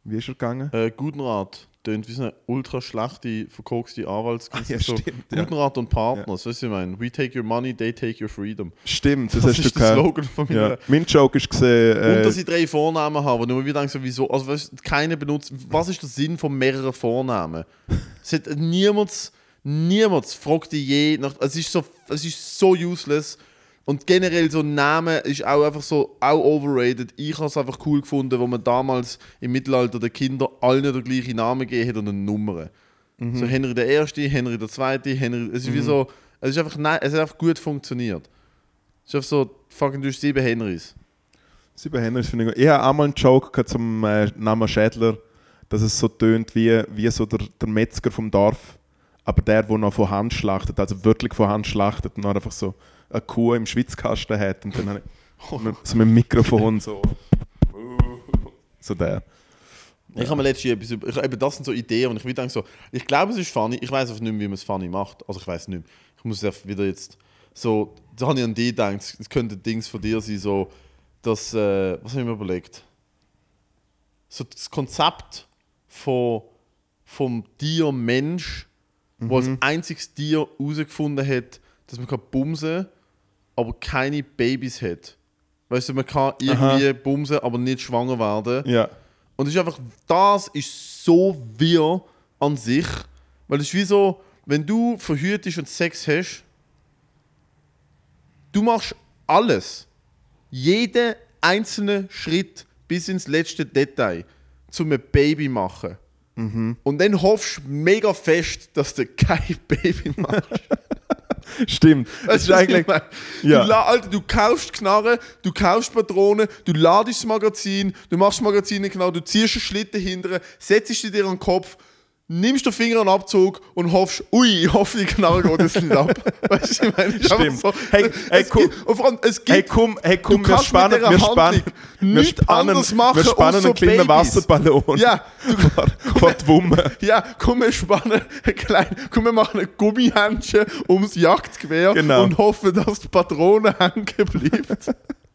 Wie ist er gegangen?
äh, Gutenrat. Tönt wie so eine ultra schlechte, verkorkste Anwaltskiste.
Ah, ja,
so,
stimmt, ja.
Gutenrat und Partners, weißt du, ich meine? We take your money, they take your freedom.
Stimmt, das,
Das
hast du
ist der
gehabt.
Slogan von mir.
Ja. Mein Joke ist gesehen,
Und
äh,
dass ich drei Vornamen habe, nur wieder denke, so, wieso? Also, weißt, du, keiner benutzt. Was ist der Sinn von mehreren Vornamen? Es hat niemand, niemand fragt dich je nach. Es ist so, es ist so useless. Und generell so Namen ist auch einfach so auch overrated. Ich habe es einfach cool gefunden, wo man damals im Mittelalter den Kindern allen den gleichen Namen gegeben hat und eine Nummer. So Henry der Erste, Henry der Zweite, Henry. Es ist wie so, es ist einfach, nein, es hat einfach gut funktioniert. Es ist einfach so, fucking du hast sieben Henrys.
Sieben Henry ist finde ich gut. Ich habe einmal einen Joke gehabt zum äh, Namen Schädler, dass es so tönt wie, wie so der, der Metzger vom Dorf, aber der, der noch von Hand schlachtet, also wirklich von Hand schlachtet und dann einfach so eine Kuh im Schwitzkasten hat und dann habe ich mit, so mit dem Mikrofon so. So der.
Ich habe mir letztens etwas über. Ich, eben das sind so Ideen, und ich wieder denke so, ich glaube, es ist funny. Ich weiß einfach nicht mehr, wie man es funny macht. Also ich weiß nicht mehr. Ich muss es einfach wieder jetzt. So, da habe ich an die gedacht, es könnte Dings von dir sein, so, dass. Äh, was habe ich mir überlegt? So das Konzept von, vom Tier Mensch, wo als einziges Tier herausgefunden hat, dass man kann bumsen aber keine Babys hat. Weißt du, man kann irgendwie bumsen, aber nicht schwanger werden.
Ja.
Und es ist einfach, das ist so wir an sich. Weil es ist wie so, wenn du verhütest und Sex hast, du machst alles. Jeden einzelnen Schritt bis ins letzte Detail zum ein Baby machen. Und dann hoffst du mega fest, dass du kein Baby machst.
Stimmt. Das
Weißt
ist
du, was ich
eigentlich.
meine?
ja.
du, la- Alter, du kaufst Knarren, du kaufst Patronen, du ladest das Magazin, du machst das Magazin genau, du ziehst einen Schlitten hinterher, setzt sie dir an den Kopf, nimmst den Finger an den Abzug und hoffst, ui, ich hoffe, die Knarre geht jetzt nicht ab. Weißt du, ich meine, es ist einfach
Stimmt.
so.
Hey, hey,
es
cool.
gibt, und vor allem, es gibt
Hey komm, hey komm,
Du
wir
kannst
spannen,
mit dieser
wir spannen,
Handlung
wir
nichts
spannen,
anderes machen,
wir spannen
außer
einen kleinen
Babys.
Wasserballon
Ja,
vor, vor die Wumme.
Ja, komm, wir spannen ein klein, komm, wir machen ein Gummihändchen ums Jagdgewehr
Genau.
und hoffen, dass die Patrone hängen bleibt.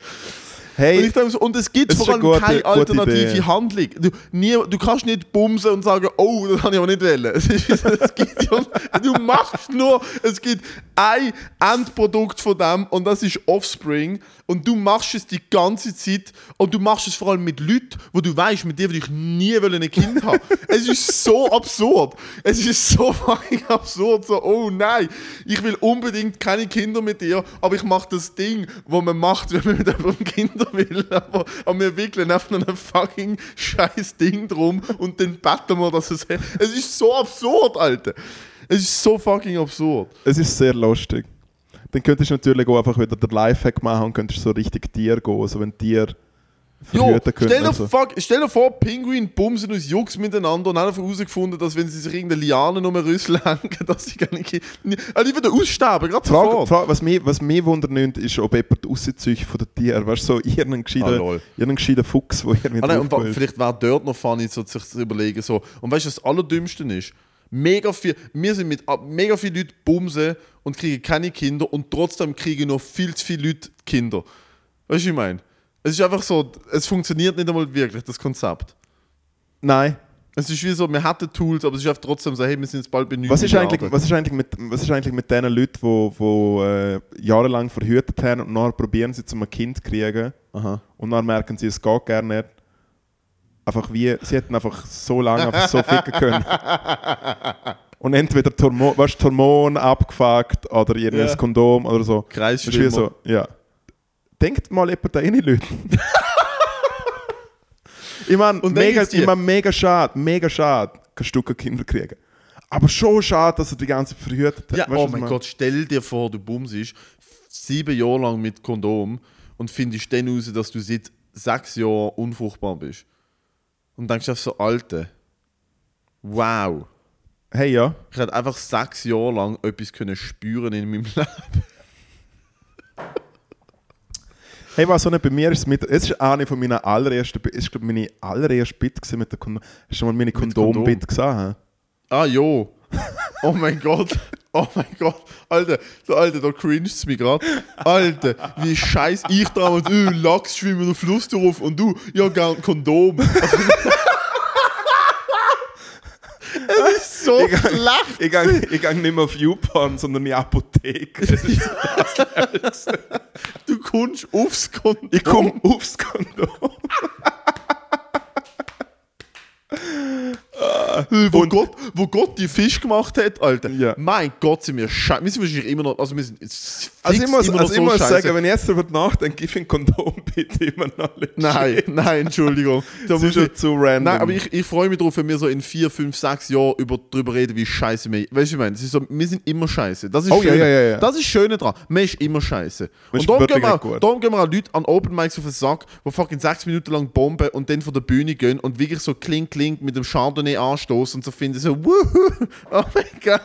Und,
Hey,
ich denke so, und es gibt
Es ist
vor allem
eine gute-
keine
gute
alternative
Idee.
Handlung. Du, nie, du kannst nicht bumsen und sagen, oh, das habe ich aber nicht wollen. Es ist, es gibt, ja- du machst nur, es gibt ein Endprodukt von dem und das ist Offspring. Und du machst es die ganze Zeit und du machst es vor allem mit Leuten, wo du weißt, mit denen würde ich nie wollen ein Kind haben. es ist so absurd. Es ist so fucking absurd. So, oh nein, ich will unbedingt keine Kinder mit dir, aber ich mache das Ding, wo man macht, wenn man mit jemandem Kinder will. Aber, aber wir wickeln einfach noch ein fucking scheiß Ding drum und dann beten wir, dass es. Es ist so absurd, Alter. Es ist so fucking absurd.
es ist sehr lustig. Dann könntest du natürlich auch einfach wieder den Lifehack machen und könntest so richtig Tier gehen, also wenn Tier
Jo,
verhüten können.
stell, dir
Also.
fuck, stell dir vor, Pinguin bumsen aus Jux miteinander und haben einfach herausgefunden, dass wenn sie sich irgendeine Liane um den Rüssel hängen, dass sie gar nicht. Also, ich würde aussterben, gerade
Frage,
sofort.
Frage, was mich, was mich wundernimmt, ist, ob jemand rauszieht von den Tieren. Weißt du, so irgendein
Ah,
gescheiter,
lol.
irgendein gescheiter Fuchs, der irgendwie
Ah, nein, und wa-
draufgeht.
vielleicht wäre dort noch funny, so, sich zu überlegen. So. Und weißt du, was das Allerdümmste ist? Mega viel, wir sind mit ab- mega viele Leute bumsen und kriegen keine Kinder und trotzdem kriegen noch viel zu viele Leute Kinder. Weißt du, was ich meine? Es ist einfach so, es funktioniert nicht einmal wirklich, das Konzept.
Nein.
Es ist wie so, wir hatten Tools, aber es ist einfach trotzdem so, hey, wir sind jetzt bald bei 9
Was ist, eigentlich,
Milliarden.
was, ist eigentlich mit, was ist eigentlich mit den Leuten, die wo, wo, äh, jahrelang verhütet haben und nachher probieren sie, zum ein Kind zu kriegen
Aha.
und dann merken sie, es geht gar nicht? Einfach wie, sie hätten einfach so lange einfach so ficken können. Und entweder die Hormo weißt, die Hormone abgefuckt oder irgendein
Ja.
Kondom oder so. Das ist wie
Kreisschwimmer.
so, ja. Denkt mal jemand an ihre Leute. ich meine,
Und wenn
mega,
jetzt die-
ich mein, mega schade, mega schade, kannst du keine Kinder kriegen. Aber schon schade, dass er die ganze Zeit verhütet hat.
Ja,
Weißt du,
oh
was
mein
ich
Gott, stell dir vor, du bumsist sieben Jahre lang mit Kondom und findest dann raus, dass du seit sechs Jahren unfruchtbar bist. Und denkst auf so Alte. Wow.
meine? Hey, ja.
Ich hätte einfach sechs Jahre lang etwas können spüren in meinem Leben.
Hey, was so nicht bei mir ist, es mit, es ist eine von meiner allerersten, Bi- es ist glaube meine allererste Bit gewesen mit der Kondom. Hast du schon mal meine
Kondom.
Kondombit gesehen?
Ah, jo. Oh mein Gott. Oh mein Gott. Alter, so, Alter, da cringet es mich gerade. Alter, wie scheiße. Ich damals, äh, Lachs schwimmen auf Fluss drauf und du, ja, gern Kondom. Also, es ist so
Ich-
schlecht.
Ich gang, ich gang nicht mehr auf YouPorn, sondern in die Apotheke.
Du kommst aufs Kondom.
Ich komme aufs Kondom.
Äh, wo,
Und-
Gott, wo Gott die Fisch gemacht hat, Alter.
Ja.
Mein Gott, sind wir scheiße. Wir sind wahrscheinlich immer noch, also wir sind fix
Also ich muss,
immer noch
also ich
so
muss
scheiße.
sagen, wenn ich jetzt darüber nachdenke, gib ein Kondom bitte immer noch legit.
Nein, nein, Entschuldigung. Da
Das ist
muss ich,
schon zu random.
Nein, aber ich, ich freue mich drauf, wenn wir so in 4, 5, 6 Jahren über, drüber reden, wie scheiße wir. Weißt du, ich meine, es ist so, wir sind immer scheiße. Das ist
Oh, ja,
schön.
ja, ja, ja.
Das ist schön dran. Man ist immer scheiße.
Man ist
und darum
wirklich
gehen, wir,
nicht gut.
darum gehen wir an Leute an Open Mics auf den Sack, die fucking 6 Minuten lang bomben und dann von der Bühne gehen und wirklich so kling kling mit dem Chardonnay anstoßen und so finden so, wuhu, oh mein Gott.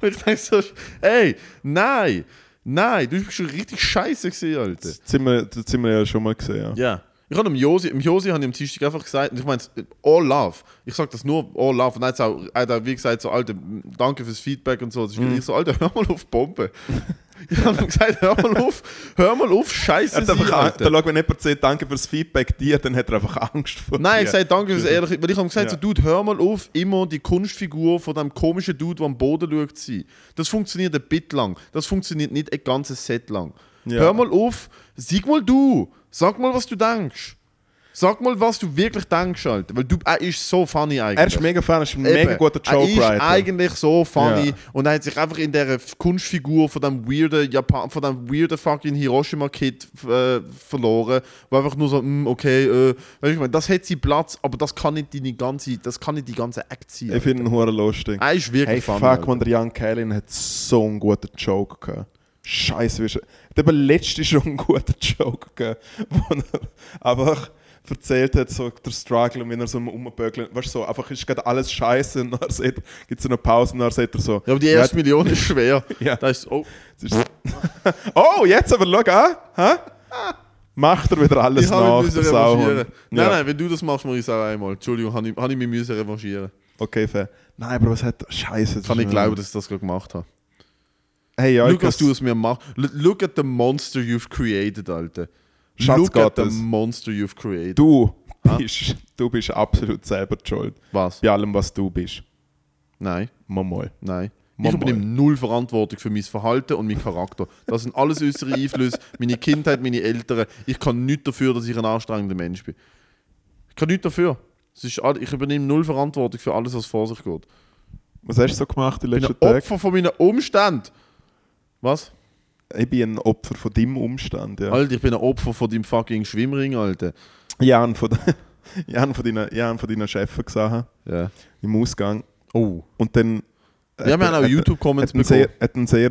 Und ich denke so, ey, nein, nein, du bist schon richtig scheiße gewesen, Alter.
das sind wir, das sind wir ja schon mal gesehen. Ja.
Ja. Ich habe dem Josi, dem Josi habe ich am Dienstag einfach gesagt, und ich meine, all love. Ich sage das nur, all love. Und er hat auch, er hat auch wie gesagt, so, Alter, danke fürs Feedback und so.
Mhm.
Ich ich so, Alter, hör mal auf Bombe. ich habe ihm gesagt, hör mal auf, hör mal auf,
Er
scheiße
hat
sein,
einfach, Angst- da
Alter.
schau, wenn jemand sagt, danke fürs Feedback dir, dann hat er einfach Angst vor
Nein,
dir.
ich sage danke fürs ehrliche, weil ich habe gesagt,
Ja.
so, Dude, hör mal auf, immer die Kunstfigur von dem komischen Dude, der am Boden schaut, zu sein. Das funktioniert ein Bit lang. Das funktioniert nicht ein ganzes Set lang.
Ja.
Hör mal auf, sag mal du, sag mal, was du denkst. Sag mal, was du wirklich denkst, Alter. Weil du, er ist so funny eigentlich.
Er ist mega Fan, er ist ein mega
Eben.
guter
Er ist
Jokewriter.
eigentlich so funny
Ja.
und er hat sich einfach in der Kunstfigur von dem weirden Japan, von dem weirden fucking Hiroshima-Kid äh, verloren, wo einfach nur so, mm, okay, äh, weißt du, ich meine, das hat seinen Platz, aber das kann nicht die ganze, das kann nicht die ganze Act sein.
Ich finde ihn hure lustig.
er ist wirklich
Hey,
funny.
fuck,
Alter.
man, der Jan Kellen hat so einen guten Joke gehabt. Scheiße, wie schon. Der hat letzte schon einen guten Joke gegeben, wo er einfach erzählt hat, so der Struggle, und wenn er so rumbögelt. Weißt du, so, einfach ist gerade alles scheiße und dann sagt- gibt's so eine Pause und dann sagt er so.
ja, aber die erste Million ist schwer.
Ja.
Da ist, oh,
jetzt ist- oh, jetzt aber schau an! hä? Macht er wieder alles
ich habe
nach,
mich
der
müssen
Sauhund.
revanchieren. Nein,
Ja.
nein, wenn du das machst, mache ich es auch einmal. Entschuldigung, habe ich, habe ich mich müssen revanchieren.
Okay, fair. Nein, aber was hat. Scheiße. das
Kann
ist
ich
mir-
glauben, dass ich das gerade gemacht habe.
Hey, ja, ich
Look,
kann's-
was du aus mir machst. L- Look at the monster you've created, Alter.
Schatz
Look at
Gottes.
the monster you've created.
Du
Ah.
bist, du bist absolut selber die schuld.
Was?
Bei allem, was du bist.
Nein,
Mal mal.
nein.
Mach
ich übernehme null Verantwortung für mein Verhalten und meinen Charakter. Das sind alles äußere Einflüsse, meine Kindheit, meine Eltern. Ich kann nichts dafür, dass ich ein anstrengender Mensch bin. Ich kann nichts dafür. Es ist, all- ich übernehme null Verantwortung für alles, was vor sich geht.
Was hast du so gemacht die
Ich bin ein
letzten Tage?
Opfer von meinen Umständen. Was?
Ich bin ein Opfer von deinem Umstand. Ja,
Alter, ich bin ein Opfer von deinem fucking Schwimmring, Alter.
Jan von, de- Jan von deinen, Jan von deinen Chefen gesehen
Ja.
im Ausgang.
Oh.
Und dann.
Ja, wir haben auch YouTube-Comments
hat einen
bekommen.
sehr, hat einen sehr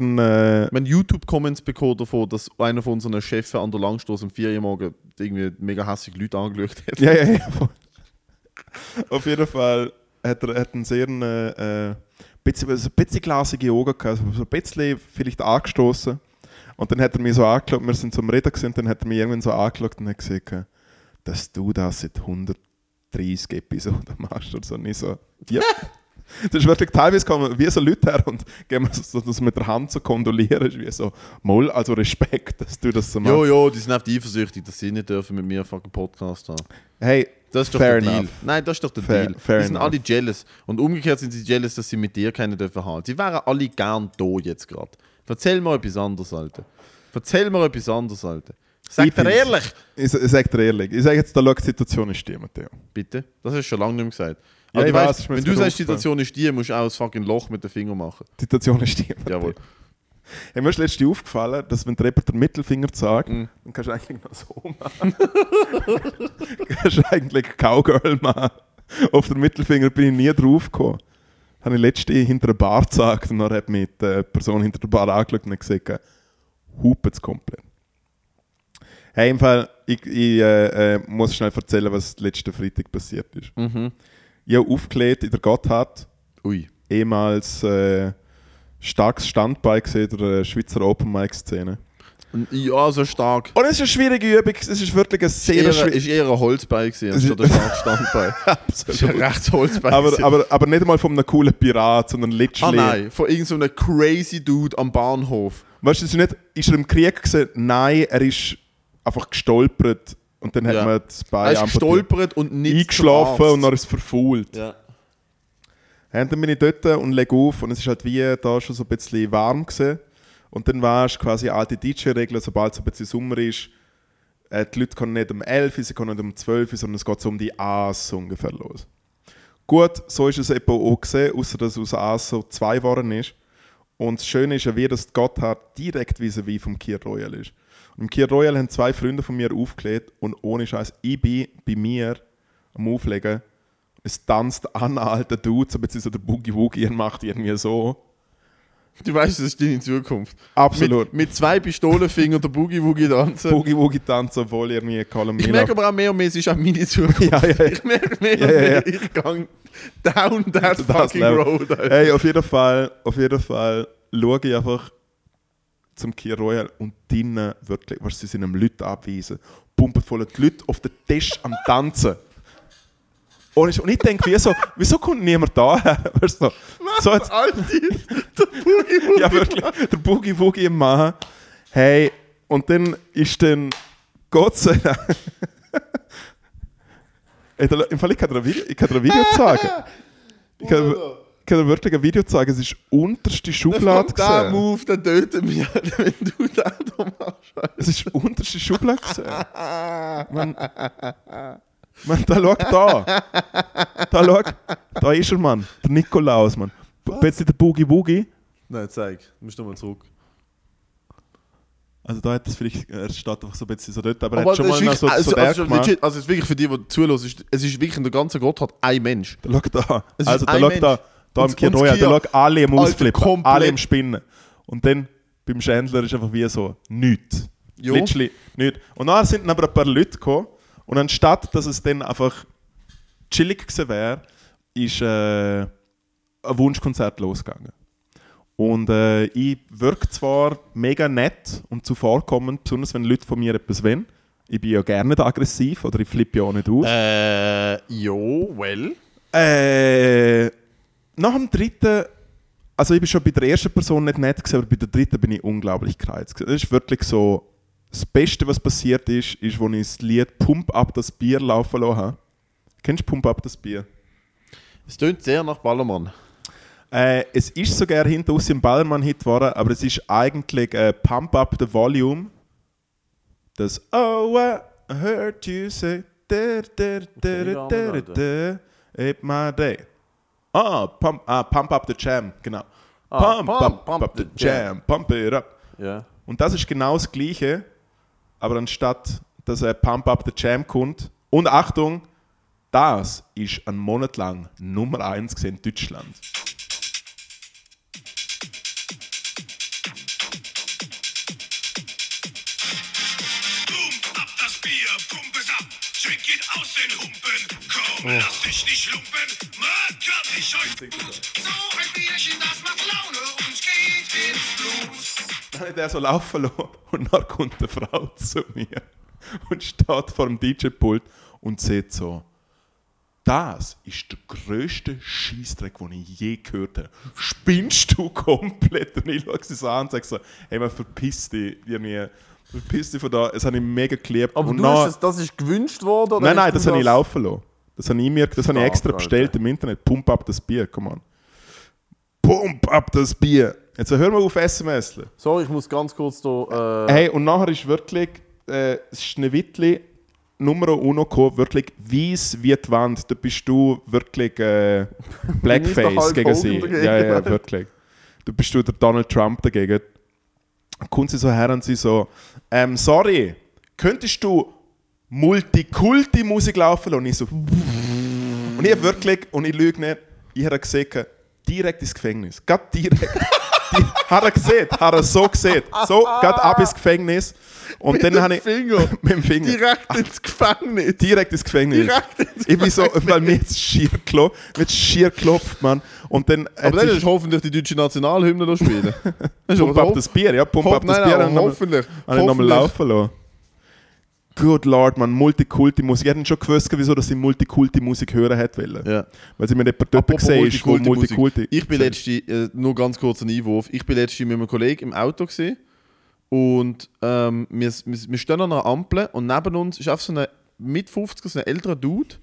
äh,
Wir haben YouTube-Comments bekommen davon, dass einer von unseren Chefs an der Langstrasse am 4 Uhr morgen irgendwie mega hässlich Leute angelötet hat.
Ja, ja, ja. voll. Auf jeden Fall hat er hat einen sehr äh, äh, bisschen, so ein bisschen glasige Augen gehabt, also so- so ein bisschen vielleicht angestoßen. Und dann hat er mich so angeschaut, wir sind zum Reden gewesen, dann hat er mich irgendwann so angeschaut und hat gesagt, dass du das seit 130 Episoden machst oder so. Und ich so, ja, Das ist wirklich teilweise kommen wie so Leute her und gehen mir so, das mit der Hand so kondolieren. Ist wie so, Moll, also Respekt, dass du das so machst.
Jo, jo, die sind einfach eifersüchtig, dass sie nicht dürfen mit mir einen fucking Podcast haben.
Hey,
Das ist doch
Fair
der Deal.
enough.
Nein, das ist doch der
Fair-
Deal.
fair
die sind
enough.
alle jealous. Und umgekehrt sind sie jealous, dass sie mit dir keinen dürfen haben. Sie wären alle gern da jetzt gerade. Erzähl mal etwas anderes, Alter. Erzähl mal etwas anderes, Alter. Sag dir
Details.
ehrlich.
ich, ich sag dir ehrlich, ich sag jetzt, da schau, die Situation ist die, Matteo.
Bitte? Das hast du schon lange nicht mehr gesagt.
Ja,
Aber
ich
du
weiß,
weißt,
ist mir
wenn
jetzt
du
gerade
sagst, die Situation ist die, musst du auch ein fucking Loch mit dem Finger machen.
Die Situation ist die, Matteo.
Jawohl.
Hey, mir ist letztens aufgefallen, dass wenn der Rapper den Mittelfinger zeigt,
Mhm.
dann kannst du eigentlich noch so machen. kannst du eigentlich Cowgirl machen. Auf den Mittelfinger bin ich nie drauf gekommen. Habe ich letztens hinter einer Bar gezeigt und dann hat mich die äh, Person hinter der Bar angeschaut und hat gesagt, hupen es komplett. Hey, im Fall, ich, ich äh, äh, muss schnell erzählen, was letzten Freitag passiert ist. Ich habe aufgelegt in der Gotthard
Ui.
ehemals äh, starkes Standbein gesehen der äh, Schweizer Open Mic Szene.
Und- Ja, so stark.
Und es ist eine schwierige Übung, es ist wirklich eine sehr
Eher,
schwierige
ist eher ein Holzbein gewesen, anstatt ein starkes Standbein. ist ein rechtes Holzbein
aber,
gewesen.
aber, aber nicht mal von einem coolen Pirat, sondern
ah
literally.
nein, von irgendeinem crazy Dude am Bahnhof.
Weißt du, es ist nicht, ist er im Krieg gesehen? Nein, er ist einfach gestolpert und dann
Ja.
hat man das
Er
Bein
ist gestolpert und nicht
eingeschlafen und
dann
dann ist es verfault.
ja.
Ja, und dann bin ich dort und lege auf und es ist halt wie da schon so ein bisschen warm gewesen. Und dann warst quasi alte DJ-Regeln, sobald es ein bisschen Sommer ist, äh, die Leute können nicht um 11 Uhr, sie können nicht um 12 Uhr, sondern es geht so um die Aas ungefähr los. Gut, so ist es eben auch gesehen, außer dass aus Aas so zwei geworden ist. Und das Schöne ist ja, wie das Gotthard direkt vis-à-vis vom Kier Royal ist. Und im Kier Royal haben zwei Freunde von mir aufgelegt und ohne Scheiß, ich bin bei mir am Auflegen. Es tanzt an alter Dude, so beziehungsweise der Boogie Woogie und macht irgendwie so.
Du weißt, das ist deine Zukunft.
Absolut.
Mit, mit zwei Pistolenfingern der Boogie Woogie tanzen.
Boogie Woogie tanzt, obwohl irgendwie Colin
Ich merke aber auch mehr und mehr, es ist auch meine Zukunft.
Ja, ja, ja.
Ich merke mehr
Ja, ja, ja.
und mehr, ich gang down that
Das
fucking
Level. Äh,
road. Alter.
Hey, auf jeden Fall, auf jeden Fall schaue ich einfach zum Kier Royal und drinnen wirklich, was sie sind am Leute abweisen. Pumpen voll die Leute auf den Tisch am Tanzen. Und ich, und ich denke, wie so, wieso kommt niemand da her? Weißt du, so jetzt,
Alter, der Boogie Woogie.
ja wirklich, der Boogie Woogie im Mann. Hey, und dann ist dann, Gott sei Dank, Ey, da, im Fall, ich kann dir ein Video, ich kann dir ein Video zeigen. Ich kann, ich kann dir wirklich ein Video zeigen, es ist unterste Schublade
Kommt der
gewesen.
Move, der tötet mich, Alter, wenn du den da machst. Alter.
Es ist unterste Schublade gewesen. Man, man, da schau da. Da schau, da ist er, Mann. Der Nikolaus, Mann. B- Bisschen der Boogie Woogie.
Nein, zeig. Du musst nochmal zurück.
Also da hat das vielleicht, er steht einfach so ein bisschen so dort, aber, er
Aber
hat schon
das
mal
ist
noch
wirklich,
so also,
also, also,
also,
schon
gemacht.
legit, also es ist wirklich für die, die zuhören, ist- es ist wirklich in der ganzen Gott hat ein Mensch.
Da schau da.
Es ist
Also da
ein
schau
Mensch.
da. Da
Und-
im Kino
und
Royal, da
Skier.
schau alle im
Alter,
Ausflippen,
komplett.
alle im Spinnen. Und dann beim Schändler ist einfach wie so nichts.
Jo.
Literally nichts. Und dann sind dann aber ein paar Leute gekommen und anstatt, dass es dann einfach chillig gewesen wäre, ist äh, ein Wunschkonzert losgegangen. Und äh, ich wirke zwar mega nett und zuvorkommend, besonders wenn Leute von mir etwas wollen. Ich bin ja gerne nicht aggressiv oder ich flippe ja auch nicht aus.
Äh, jo, well.
Äh, nach dem dritten, also ich bin schon bei der ersten Person nicht nett, gewesen, aber bei der dritten bin ich unglaublich gereizt. gewesen. Das ist wirklich so, das Beste, was passiert ist, ist, als ich das Lied Pump ab das Bier laufen lassen habe. Kennst du Pump ab das Bier?
Es tönt sehr nach Ballermann.
Äh, es ist sogar hinter uns im Ballermann-Hit geworden, aber es ist eigentlich äh, Pump Up the Volume. Das Oh, I heard you say da, da, da, da, da, da, It my day. Ah, pump, ah, pump Up the Jam, genau.
Ah,
pump,
Pump
up,
Up
up the
the
jam, pump it up.
Ja.
Und das ist genau das Gleiche, aber anstatt, dass er Pump Up the Jam kommt. Und Achtung, das ist einen Monat lang Nummer 1 in Deutschland.
Boom, ab das Bier, pump es ab, trink ihn aus den Humpen. Komm, lass dich nicht lumpen, man kann nicht euch gut. So ein Bierchen, das macht Laune und geht ins Blut.
Dann hat er so laufen lassen und dann kommt eine Frau zu mir und steht vor dem DJ-Pult und sieht so Das ist der grösste Scheißdreck, den ich je gehört habe. Spinnst du komplett? Und ich schaue sie an und sage so, hey, man, verpiss dich, irgendwie, verpiss dich von da. Es hat mich mega geliebt.
Aber
und
du
dann-
hast das, das ist gewünscht worden? Oder
Nein, nein,
hast du
das habe ich laufen lassen. Das habe ich, mir, das habe ich
Ah,
extra
Alter.
bestellt im Internet. Pump up das Bier, komm an. Pump up das Bier. Jetzt hör mal auf SMS.
Sorry, ich muss ganz kurz da. Äh,
Hey, und nachher ist wirklich äh, das Schneewittli Nummer uno gekommen, wirklich weiss wie die Wand. Da bist du wirklich äh,
Bin ich der
Blackface
Hulk
gegen
Hogan
sie.
dagegen?
Ja, ja, wirklich. Da bist du der Donald Trump dagegen. Dann Kommt sie so her und sie so, ähm, sorry, könntest du Multikulti-Musik laufen lassen? Und ich so, und ich hab wirklich, und ich lüge nicht, ich habe gesehen, direkt ins Gefängnis. Grad direkt. Die, hat er gesehen, hat er so gesehen. So, grad ab ins Gefängnis. Und dann habe ich.
Finger.
Mit dem Finger.
Direkt ins Gefängnis.
Direkt ins Gefängnis.
Direkt ins
ich bin so, weil mir jetzt schier klopft, mir jetzt schier klopft, Mann. Und dann.
Aber dann ist hoffentlich die deutsche Nationalhymne da spielen. Das ist
Pump
aber
ab das Bier, ja, pump
Hoff-
ab das
nein,
Bier.
nein,
und dann-
hoffentlich.
Habe ich nochmal
Hoffentlich.
laufen lassen. Good Lord, man, Multikulti-Musik. Ich hätte schon gewusst, wieso dass ich Multikulti-Musik hören hätte wollen.
Ja.
Weil sie mir nicht dort gesehen ist, wo
Multikulti-Musik.
Multikulti.
Ich bin letzte, äh, nur ganz kurz ein Einwurf, ich bin letzte mit einem Kollegen im Auto gesehen und ähm, wir, wir, wir stehen an einer Ampel und neben uns ist einfach so ein mit 50 so ein älterer Dude,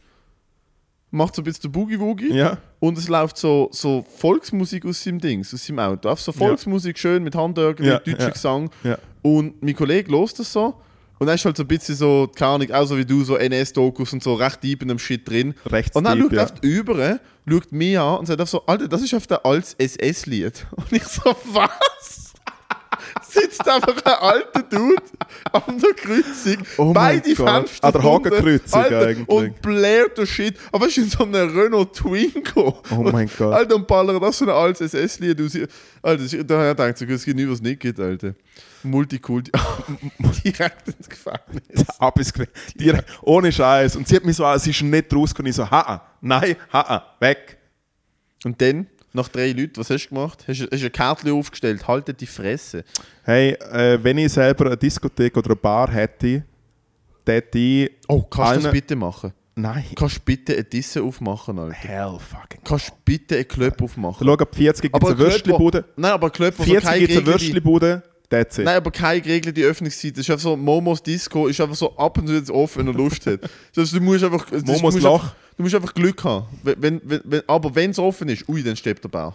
macht so ein bisschen Boogie-Woogie
Ja.
und es läuft so, so Volksmusik aus seinem Dings, aus seinem Auto. Einfach so Volksmusik, schön mit Handörgen,
Ja,
mit deutschen
ja.
Gesang.
Ja.
Und mein Kollege lost das so und dann ist halt so ein bisschen so, keine Ahnung, auch so wie du, so NS-Dokus und so, recht deep in dem Shit drin.
Recht
und dann
deep,
schaut er
ja.
auf über, schaut mich an und sagt einfach so, Alter, das ist auf der altes SS-Lied. Und ich so, was? Sitzt einfach ein alter Dude an der Kreuzung,
Oh mein
beide
Gott.
Fenster
An der
verbunden,
Hakenkreuzung
Alter,
eigentlich.
Und blärt der Shit. Aber es ist in so einem Renault Twingo.
Oh mein Gott.
Alter, und ballert das so ein altes SS-Lied aus. Alter, das ist- da habe ich gedacht, so, es gibt nichts, was es nicht gibt, Alter. Multikulti. Direkt ins Gefängnis.
ab ins Gefängnis. Direkt, ohne Scheiß. Und sie hat mich so, an, sie ist nicht rausgekommen. Ich so, ha, nein, ha, weg.
Und dann, nach drei Leuten, was hast du gemacht? Hast du hast du ein Kärtchen aufgestellt, haltet die Fresse.
Hey, äh, wenn ich selber eine Diskothek oder eine Bar hätte, hätte ich.
Oh, kannst du das
allen-
bitte machen?
Nein.
Kannst du bitte eine Disse aufmachen, Alter?
Hell fucking.
Kannst du bitte einen Klöpp aufmachen?
Schau, ab 40 gibt es eine
ein Klöpp, wo-
Würstchenbude.
Nein, aber ein Klöpp, wo so
40
keine
gibt es eine
geregelte-
Würstchenbude, that's it.
Nein, aber keine geregelte Öffnungszeit. Das ist einfach so, Momos Disco ist einfach so ab und zu jetzt offen, wenn er Lust hat. Das heißt, du musst einfach... das-
Momos
du musst
Loch.
einfach- Du musst einfach Glück haben. Wenn, wenn, wenn, wenn- aber wenn es offen ist, ui, dann steppt der Bär.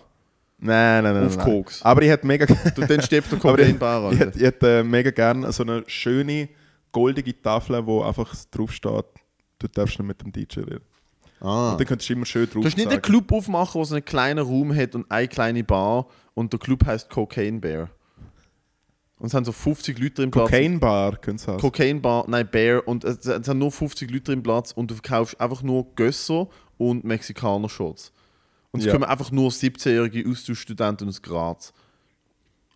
Nein, nein, nein.
Auf
nein.
Koks.
Aber ich hätte mega.
Dann steppt der
Aber ich,
Kokainbär,
ich,
Alter.
hätte, ich hätte äh, mega gerne so eine schöne goldige Tafel, wo einfach draufsteht, du darfst nicht mit dem DJ reden.
Ah.
Und dann könntest du immer schön drauf
Du kannst nicht einen
sagen.
Club aufmachen, der so einen kleinen Raum hat und eine kleine Bar und der Club heißt Cocaine Bear. Und es haben so 50 Leute im Platz.
Cocaine Bar könntest du
Cocaine Bar, nein, Bear. Und es, es haben nur 50 Leute im Platz und du verkaufst einfach nur Gösser und Mexikaner-Shorts. Und es
Ja.
kommen einfach nur 17-jährige Austauschstudenten aus Graz.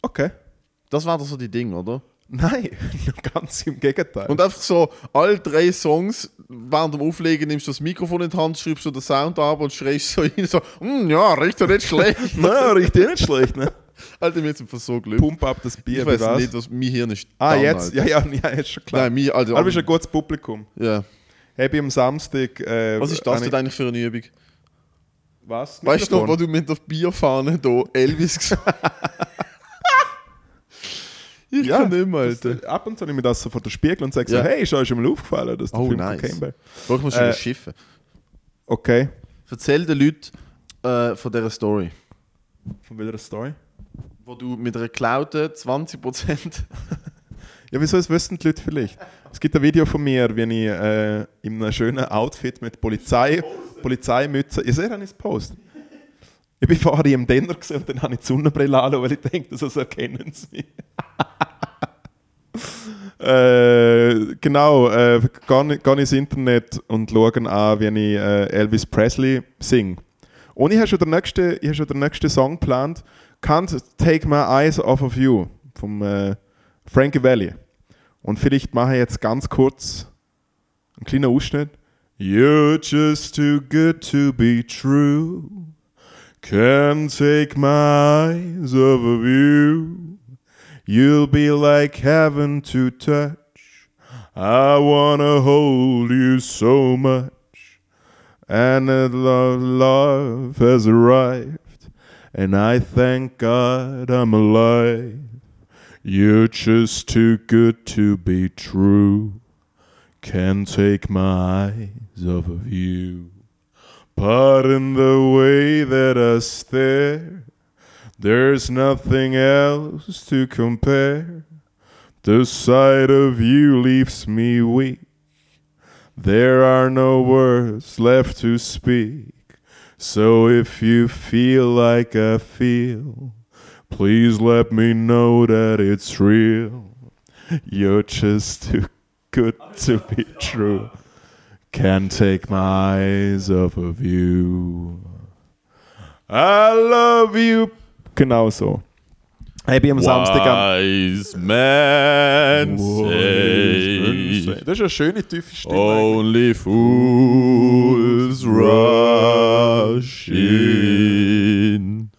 Okay.
Das war doch so die Ding, oder?
Nein, ganz im Gegenteil.
Und einfach so, all drei Songs, während dem Auflegen nimmst du das Mikrofon in die Hand, schreibst du den Sound ab und schreist so hin, so, "Mm, ja, richtig nicht schlecht.
nein, richtig nicht schlecht, ne?
Alter, mir ist einfach so Glück.
Pump up das Bier,
Ich weiß
was?
nicht, was mein Hirn ist.
Ah,
down,
jetzt?
Alter.
Ja, ja, ja, ist schon klar.
Nein, mein, also,
Aber du bist ein gutes Publikum.
ja.
Hey, bin am Samstag. Äh,
Was ist das
eine-
denn eigentlich für eine Übung?
Was?
Weißt du noch,
Mikrofon?
wo du mit der Bierfahne da Elvis gesagt hast? Ich
Ja,
kann nicht mehr,
das- äh,
Alter.
Ab und zu nehme ich das so vor den Spiegel und sage
Ja.
so: Hey, ist euch schon mal aufgefallen, dass der
Oh,
Film
nice.
Cocaine Bear.
Boah, Ich muss schon
Äh,
wieder schiffen.
Okay.
Erzähl den Leuten äh, von dieser Story,
Von welcher Story?
wo du mit einer geklauten 20%
Ja, wieso es wissen die Leute vielleicht? Es gibt ein Video von mir, wie ich äh, in einem schönen Outfit mit Polizei, Polizeimütze. Ihr seht, habe ich es gepostet. Ich bin vorher im Denner gesehen und dann habe ich die Sonnenbrille an, weil ich denke, das erkennen sie. äh, genau, äh, gehe geh ins Internet und schaue an, wie ich äh, Elvis Presley singe. Und ich habe schon den nächsten, ich habe schon den nächsten Song geplant. Can't Take My Eyes Off of You vom äh, Frankie Valley. Und vielleicht mache ich jetzt ganz kurz einen kleinen Ausschnitt. You're just too good to be true. Can't take my eyes off of you. You'll be like heaven to touch. I wanna hold you so much. And a lo- love has arrived. And I thank God I'm alive. You're just too good to be true. Can't take my eyes off of you. Pardon the way that I stare. There's nothing else to compare. The sight of you leaves me weak. There are no words left to speak. So if you feel like I feel, please let me know that it's real. You're just too good to be true. Can't take my eyes off of you. I love you. Genau so. Ich bin am Samstag am
Wise man say,
Das ist eine schöne tiefe Stimme.
only fools rush in,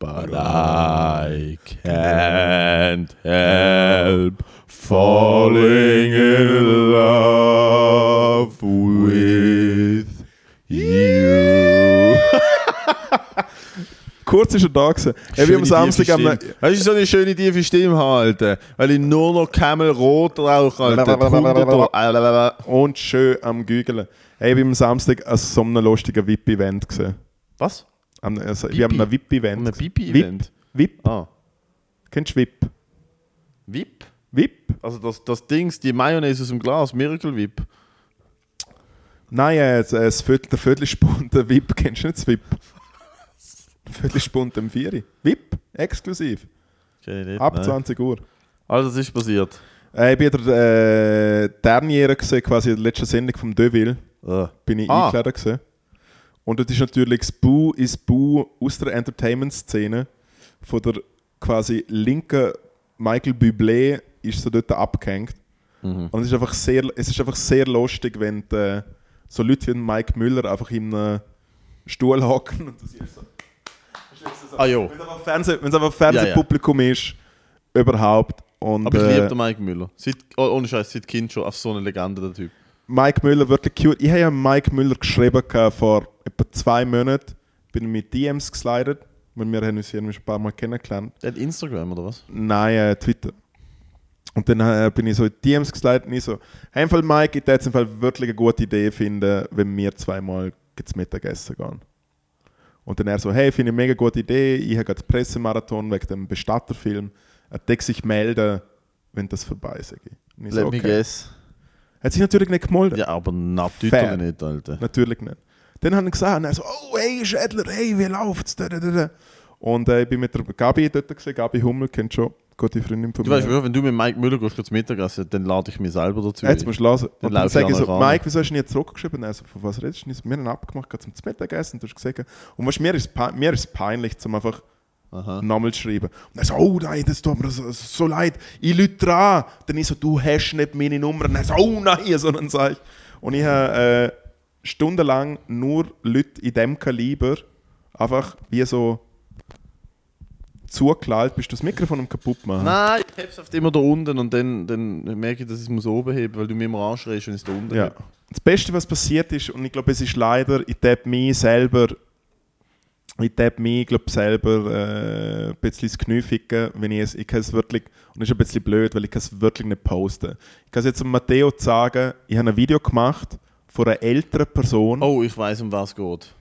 but I can't help falling in love with you.
Kurz ist er da gewesen. Ich bin am Samstag am...
Weißt du, so eine schöne tiefe Stimme halten, weil ich nur noch Camel rot rauche, Alter. Hunderter-
Und schön am Gügeln. Ich bin am Samstag an so einem lustigen VIP-Event gesehen.
Was?
Am- Also, ich bin an einem VIP-Event.
An einem
gewesen.
VIP-Event?
VIP. VIP.
Ah,
Kennst du VIP?
VIP?
VIP?
Also das, das Dings, die Mayonnaise aus dem Glas, Miracle VIP.
Nein, äh, das, äh, das Viertel, der Viertelspunde VIP. Kennst du nicht das VIP? Viertelspunde im Vieri. VIP. Exklusiv. Ab 20 Uhr.
Also das ist passiert.
Äh, ich bin der äh, Derniere gesehen, quasi in der letzten Sendung vom Deville.
Äh.
bin ich
Ah.
eingeladen gewesen. Und das ist natürlich das Bu ist Bu aus der Entertainment-Szene von der quasi linken Michael Bublé ist so dort abgehängt.
Mhm.
Und es ist, einfach sehr, es ist einfach sehr lustig, wenn die, so Leute wie Mike Müller einfach in einem Stuhl hocken und das ist so.
Ah jo.
Wenn es einfach, Fernseh, wenn es einfach
ja.
Fernsehpublikum ist, überhaupt. Und,
Aber ich liebe
äh,
den Mike Müller. Seit, oh, ohne Scheiß, seit Kind schon. Auf so eine Legende, der Typ.
Mike Müller wirklich cute. Ich habe ja Mike Müller geschrieben gehabt vor etwa zwei Monaten. Bin mit DMs geslidet, weil wir haben uns hier ein paar Mal kennengelernt.
Der hat Instagram oder was?
Nein, äh, Twitter. Und dann äh, bin ich so in die DMs geslidet und ich so, hey, im Fall Mike, ich würde jetzt im Fall wirklich eine gute Idee finden, wenn wir zweimal zum Mittagessen gehen. Und dann er so, hey, finde ich eine mega gute Idee, ich habe gerade einen Pressemarathon wegen dem Bestatterfilm, er deckt sich melden, wenn das vorbei ist. Und ich so,
Let me
okay.
guess.
Hat sich natürlich nicht gemeldet.
Ja, aber natürlich
Fair.
nicht, Alter.
Natürlich nicht. Dann haben ich gesagt, und er so, oh, hey Schädler, hey, wie läuft's? Da, da, da, da. Und äh, ich bin mit der Gabi dort, gewesen. Gabi Hummel kennt schon, gute Freundin von
Du weißt,
mir.
wenn du mit Mike Müller gehst, gehst zum Mittagessen, dann lade ich mich selber dazu.
Jetzt musst du hören.
Dann
Und dann
lauf ich
sage ich
an
so,
euch ran.
Mike, wieso hast du nicht zurückgeschrieben? Und er so, von was redest du? nicht? Wir haben abgemacht, gerade zum Mittagessen, du hast gesagt. Und weißt, du, mir ist es pein- mir ist es peinlich, zum einfach
Aha.
nochmal zu schreiben. Und er so, oh nein, das tut mir so, so leid, ich lüte dran. Dann ich so, du hast nicht meine Nummer. Und er so, oh nein, sondern sage ich. Und ich habe äh, stundenlang nur Leute in diesem Kaliber einfach wie so zugelallt, bist du das Mikrofon am kaputt machen.
Nein, ich heb's oft immer da unten und dann, dann merke ich, dass ich es muss oben heben, weil du mir immer anschreist, wenn ich es da unten
Ja.
heb.
Das Beste, was passiert ist, und ich glaube, es ist leider, ich habe mich selber, ich habe mich, glaube selber äh, ein bisschen ins Knie ficken, wenn ich es, ich kann es wirklich, und das ist ein bisschen blöd, weil ich kann es wirklich nicht posten. Ich kann es jetzt dem Matteo sagen, ich habe ein Video gemacht von einer älteren Person.
Oh, ich weiß, um was es geht.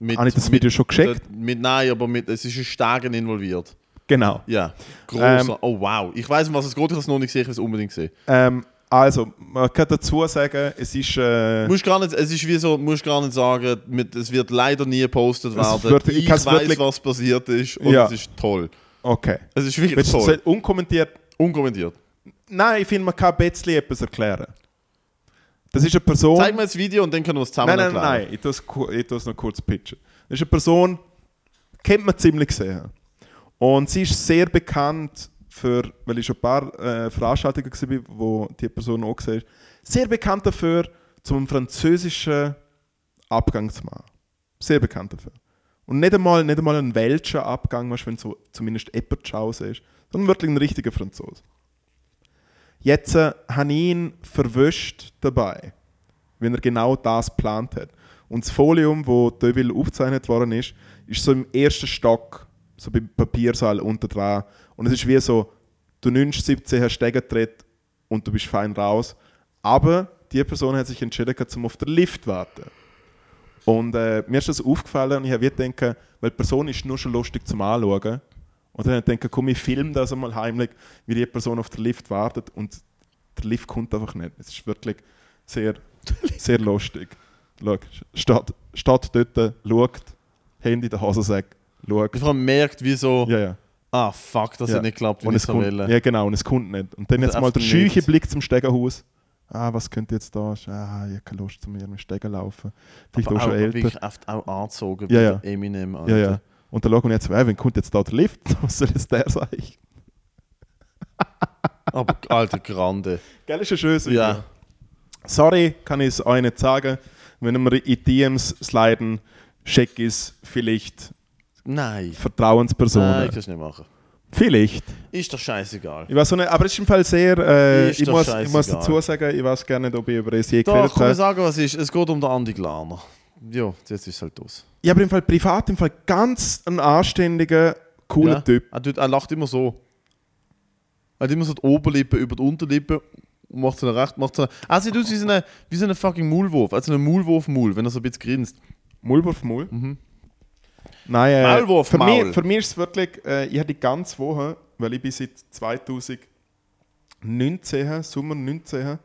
Mit,
Habe ich das Video schon geschickt?
Mit, mit, nein, aber mit, es ist ein Stegen involviert.
Genau.
Ja. Großer.
Ähm.
oh, wow. Ich weiß, um was es geht, ich habe es noch nicht gesehen, ich will es unbedingt sehen.
Ähm, also, man kann dazu sagen, es ist... Äh,
Musst gar nicht, es ist wie so, musst gar nicht sagen, mit, es wird leider nie gepostet werden.
wird- ich
ich
kann's
weiß,
wirklich-
was passiert ist und
Ja.
es ist toll.
okay.
Es ist wirklich
Willst du
toll.
es unkommentiert
Unkommentiert.
Nein, ich finde, man kann ein bisschen etwas erklären. Das ist eine Person...
Zeig mir das Video und dann können wir es zusammen
Nein, nein,
erklären.
nein, ich tue es ku- ich tue es noch kurz pitchen. Das ist eine Person, kennt man ziemlich sehr. Und sie ist sehr bekannt für, weil ich schon ein paar äh, Veranstaltungen war, wo die Person auch gesehen ist, sehr bekannt dafür, zum französischen Abgang zu machen. Sehr bekannt dafür. Und nicht einmal, nicht einmal einen welschen Abgang machst, wenn so zumindest Eppertschaus ist, sondern wirklich ein richtiger Franzose. Jetzt äh, habe ich ihn verwischt dabei wenn er genau das geplant hat. Und das Folium, wo Deville aufgezeichnet worden ist, ist so im ersten Stock, so beim Papiersaal unter dran. Und es ist wie so, du nimmst 17 hast Stegentritt und du bist fein raus. Aber die Person hat sich entschieden, zum auf den Lift zu warten. Und äh, mir ist das aufgefallen und ich habe wie gedacht, weil die Person ist nur schon lustig zum Anschauen. Und dann habe ich gedacht, komm, ich filme das einmal heimlich, wie die Person auf den Lift wartet und der Lift kommt einfach nicht. Es ist wirklich sehr, sehr lustig. Schau, steht, steht dort, schaut, Handy in der Hosensack, schaut.
Ich habe merkt, wie so,
Ja, ja.
ah fuck, das
Ja.
hat nicht geklappt,
Und
wie ich
es
so
kommt,
wollte.
ja, genau, und es kommt nicht. Und dann
Und
jetzt mal
einfach
der schüche
nicht.
Blick zum Stegenhaus. Ah, was könnte jetzt da? Ah, ich habe keine Lust, zum irgendwie Stegen laufen. Vielleicht
Aber
auch schon
auch,
älter.
wirklich oft auch angezogen
Ja,
wie
ja.
der Eminem.
Ja,
Alter.
ja. Und dann schauen wir jetzt, äh, wenn kommt jetzt da der Lift? Was soll jetzt der sein?
Aber alter Grande.
Gell, ist ein schönes Video.
Ja.
Sorry, kann ich es euch nicht sagen. Wenn wir in DMs sliden, check ist vielleicht
Nein. Nein,
Vertrauenspersonen.
ich kann es nicht machen.
vielleicht.
Ist doch scheißegal.
Ich weiß auch nicht, aber es ist im Fall sehr. Äh,
Ist
ich,
doch
muss, ich muss
scheißegal.
dazu sagen, ich weiß gar nicht, ob ich über das je
Doch,
geredet
kann ich
habe.
sagen, was ist. Es geht um den Andi Glaner. Ja, jetzt ist es halt aus.
Ich habe im Fall privat im Fall ganz einen anständigen, coolen
ja?
Typ.
Er, tut, er lacht immer so. Er hat immer so die Oberlippe über die Unterlippe und macht so eine recht, macht Ah, so eine. Er sieht aus wie so ein wie so ein fucking Maulwurf. Also ein Maulwurf-Maul, wenn er so ein bisschen grinst.
Mulwurf Mul. Nein, äh,
Maulwurf,
für,
Maul.
Mich, für mich ist es wirklich, äh, ich habe die ganze Woche, weil ich bin seit 2019, Sommer 19,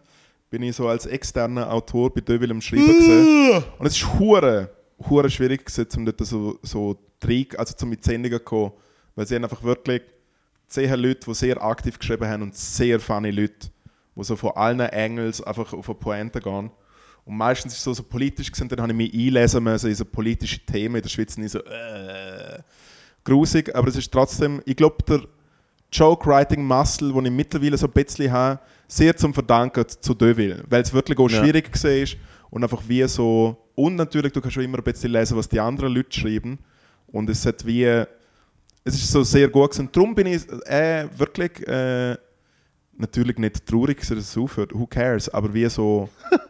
bin ich so als externer Autor bei Döwil am Schreiben gewesen. Und es ist hure, hure schwierig gewesen, um dort so, so Trick, also zum mit Sendungen zu kommen. Weil sie haben einfach wirklich zehn Leute, die sehr aktiv geschrieben haben und sehr funny Leute, die so von allen Engels einfach auf eine Pointe gehen. Und meistens ist es so, so politisch gewesen, dann habe ich mich einlesen müssen in so politische Themen in der Schweiz und ich so, äh, grusig, aber es ist trotzdem, ich glaube, der Joke-Writing-Muscle, den ich mittlerweile so ein bisschen habe, sehr zum Verdanken zu Deville, weil es wirklich auch
Ja.
schwierig war und einfach wie so, und natürlich, du kannst schon immer ein bisschen lesen, was die anderen Leute schreiben und es hat wie, es ist so sehr gut gewesen. Darum bin ich äh, wirklich äh, natürlich nicht traurig, gewesen, dass es aufhört, who cares, aber wie so...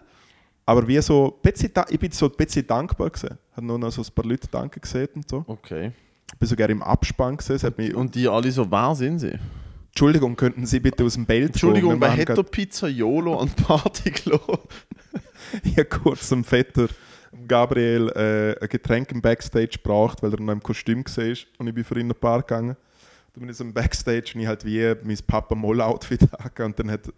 Aber wie so, ein bisschen, da- ich bin so ein bisschen dankbar gewesen. Habe nur noch so ein paar Leute danken gesehen und so.
Okay.
Ich bin sogar im Abspann gesehen. Es hat mich,
Und die alle so, wer sind sie?
Entschuldigung, könnten Sie bitte aus dem Bild
Entschuldigung,
kommen? Wir
wer
machen
hätte Pizza Jolo an die Party gelassen?
grad- Ich habe kurz dem Vetter dem Gabriel äh, ein Getränk im Backstage gebracht, weil er noch im Kostüm war. Und ich bin für ihn in ein Paar gegangen. Dann bin ich so im Backstage und ich halt wie mein Papa Moll Outfit angehabt. Und dann hat,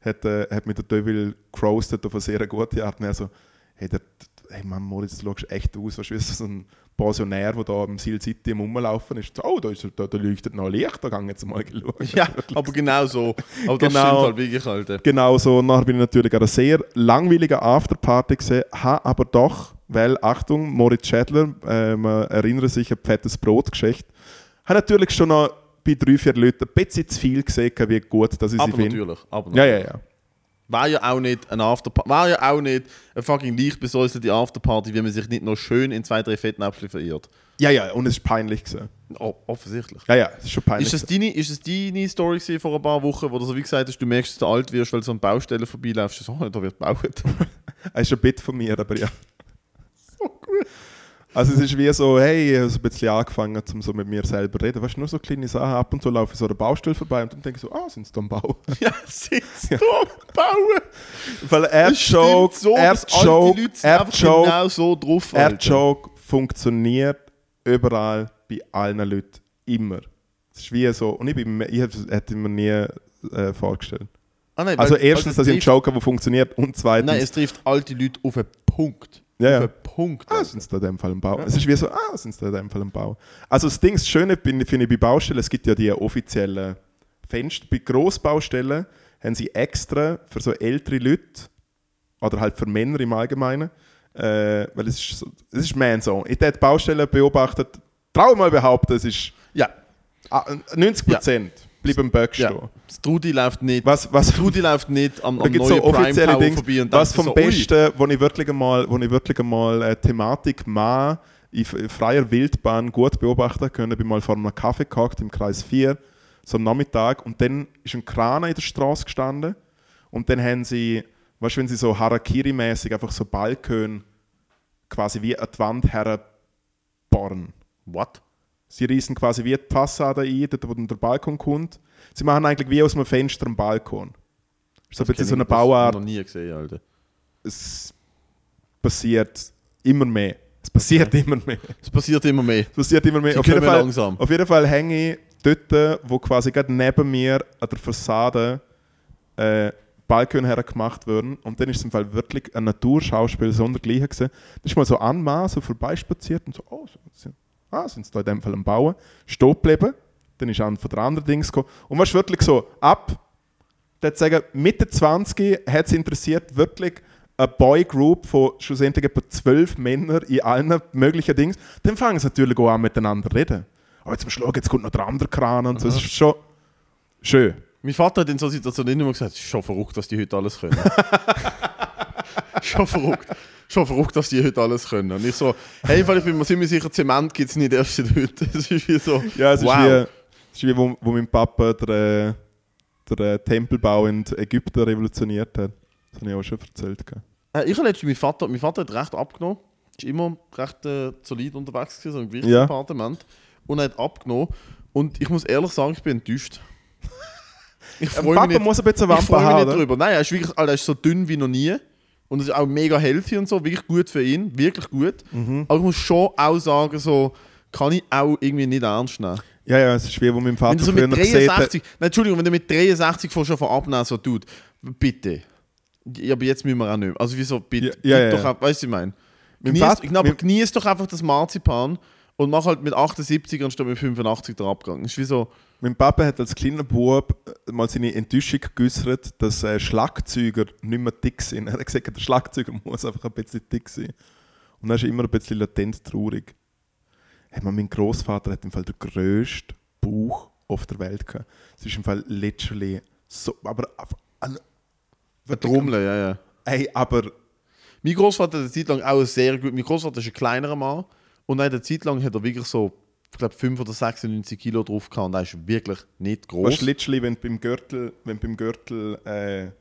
hat, äh, hat mich der Devil gerostet auf eine sehr gute Art. Und er so, hey, der, der- hey Mann, Moritz, du schaust echt aus. Weißt du, wie so ein Pensionär, der da im Seal City am Rumlaufen ist. So, oh, da, ist, da, da leuchtet noch Licht, da gehen jetzt mal schauen.
ja, aber genau so. Aber das
Genau.
stimmt halt wirklich, Alter.
Genau so. Und nachher bin ich natürlich an einer sehr langweiligen Afterparty gesehen, habe aber doch, weil, Achtung, Moritz Schädler, äh, man erinnere sich an die fettes Brot-Geschichte, habe natürlich schon noch bei drei, vier Leuten ein bisschen zu viel gesehen, wie gut dass ich
Aber
sie finde.
natürlich. Aber
Ja, ja, ja.
War ja auch nicht ein Afterparty. War ja auch nicht eine fucking leicht besäuselte Afterparty, wenn man sich nicht noch schön in zwei, drei Fettnäpfchen verirrt.
Ja, ja, und es ist peinlich gesehen.
Oh, offensichtlich.
Ja, ja, es ist schon peinlich.
Ist das,
gewesen.
deine, ist das deine Story gewesen vor ein paar Wochen, wo du so wie gesagt hast, du merkst, dass du alt wirst, weil du so an Baustellen vorbeiläufst? So, oh, da wird gebaut.
Es ist ein Bit von mir, aber ja. Also es ist wie so, hey, ich habe so ein bisschen angefangen, um so mit mir selber zu reden. Weißt du, nur so kleine Sachen. Ab und zu laufe ich so an der Baustelle vorbei und dann denke ich so, ah, sind sie da am Bau?
ja, sitzt da am bauen.
Weil Erdjoke,
so, dass alte
Erdjoke,
Leute sind einfach
Erdjoke,
genau so drauf. Alter.
Erdjoke funktioniert überall bei allen Leuten immer. Es ist wie so, und ich, bin, ich hab- hätte mir nie äh, vorgestellt.
Ah, nein,
Also
weil-
erstens,
weil
dass ich einen
es trifft,
Joke habe, der funktioniert und zweitens,
Nein, es trifft alte Leute auf einen Punkt.
Ja,
auf
ja.
einen Punkt.
ah,
Alter.
sind sie da in dem Fall im Bau. Es ist wie so, ah, sind sie da in dem Fall im Bau. Also das Ding, das Schöne bin- finde ich bei Baustellen, es gibt ja die offiziellen Fenster. Bei Grossbaustellen haben sie extra für so ältere Leute oder halt für Männer im Allgemeinen, äh, weil es ist, so- es ist man so. Ich habe die Baustellen beobachtet, trau mal behaupten, es ist
ja,
ah, 90% bleiben im Böck
ja.
stehen.
Das Trudi läuft nicht.
Was, was,
Trudi läuft nicht am,
da
am
gibt
neuen
es so offizielle
Prime Tower
Dinge.
vorbei und
was
denkt
vom
so, ui.
Besten, wo ich wirklich einmal, wo ich wirklich einmal äh, Thematik Mann in f- in freier Wildbahn gut beobachten können, bin mal vor einem Kaffee gehockt im Kreis 4, so am Nachmittag und dann ist ein Kran in der Straße gestanden und dann haben sie, weißt du, wenn sie so Harakiri-mäßig einfach so Balkön quasi wie an die Wand herbarren.
What?
Sie reißen quasi wie die Fassade ein, dort wo dann der Balkon kommt. Sie machen eigentlich wie aus einem Fenster einen Balkon. Ist so ein bisschen so eine
Ich
Bauart.
noch nie gesehen, Alter.
Es passiert immer mehr. Es passiert immer mehr.
Es passiert immer mehr.
Es passiert immer mehr.
Sie
Auf jeden,
kommen
Fall,
langsam.
auf jeden Fall hänge ich dort, wo quasi gerade neben mir an der Fassade äh, Balkon hergemacht wurden. Und dann ist es im Fall wirklich ein Naturschauspiel sondergleichen gewesen. Da ist mal so an mir so vorbeispaziert und so, oh, sind, ah, sind sie da in dem Fall am Bauen. Stehen geblieben. Dann ist einer von der anderen Dings gekommen. Und was wirklich so, ab, der hat sagen, Mitte 20 hat es interessiert, wirklich eine Boygroup von schlussendlich etwa zwölf Männern in allen möglichen Dings. Dann fangen sie natürlich auch an, miteinander zu reden. Aber jetzt am Schluss, jetzt kommt noch der andere Kran und so. Das ist schon schön.
Mein Vater hat in so Situationen immer gesagt, es ist schon verrückt, dass die heute alles können. schon verrückt. Schon verrückt, dass die heute alles können. Und ich so, hey, im Fall, ich bin mir ziemlich sicher, Zement gibt es nicht erst seit heute. Es ist wie so,
Ja, es
wow.
ist wie, es ist wie wo, wo mein Papa der, äh, der äh, Tempelbau in Ägypten revolutioniert hat. Das habe ich auch schon erzählt. gehabt.
Äh, ich habe letztens meinen Vater, mein Vater hat recht abgenommen. Ist immer recht äh, solid unterwegs gewesen, so im
Ja.
Gewichtsdepartement. Und er hat abgenommen. Und ich muss ehrlich sagen, ich bin enttäuscht. Ich
Der
freue
Papa
mich nicht,
muss ein bisschen
ich
Wampe
freue mich
haben.
nicht
oder?
drüber. Nein, er ist wirklich, Alter, er ist so dünn wie noch nie. Und es ist auch mega healthy und so, wirklich gut für ihn, wirklich gut.
Mhm.
Aber ich muss schon auch sagen, so kann ich auch irgendwie nicht ernst nehmen.
Ja, ja, es ist wie, wo mein
Wenn
Vater
du so mit
gesehen hat.
63, nein, Entschuldigung, wenn du mit 63 von schon von abnehmen so tut, bitte. Ja, aber jetzt müssen wir auch nicht mehr. Also wieso, bitte,
Ja, ja,
gib doch
ja.
ab- weißt du, ich meine.
Genieß-
Genieß, genau, aber
mit-
genieß doch einfach das Marzipan und mach halt mit 78 anstatt mit 85 den Abgang. Ist wie so,
Mein Papa hat als kleiner Bub äh, mal seine Enttäuschung geäußert, dass äh, Schlagzeuger nicht mehr dick sind. Er hat gesagt, der Schlagzeuger muss einfach ein bisschen dick sein. Und dann ist er immer ein bisschen latent traurig. Hey, man, mein Großvater hat im Fall den grössten Bauch auf der Welt gehabt. Es ist im Fall literally so, aber einfach ein-
ein Trommeln, ja, ja.
Ey, aber
Mein Großvater hat eine Zeit lang auch sehr gut. Mein Großvater ist ein kleinerer Mann und er hat eine Zeit lang hat er wirklich so, ich glaube, 5 oder 96 Kilo drauf gehabt und er ist wirklich nicht
weißt
groß.
du, literally, wenn du beim Gürtel, wenn du beim Gürtel äh,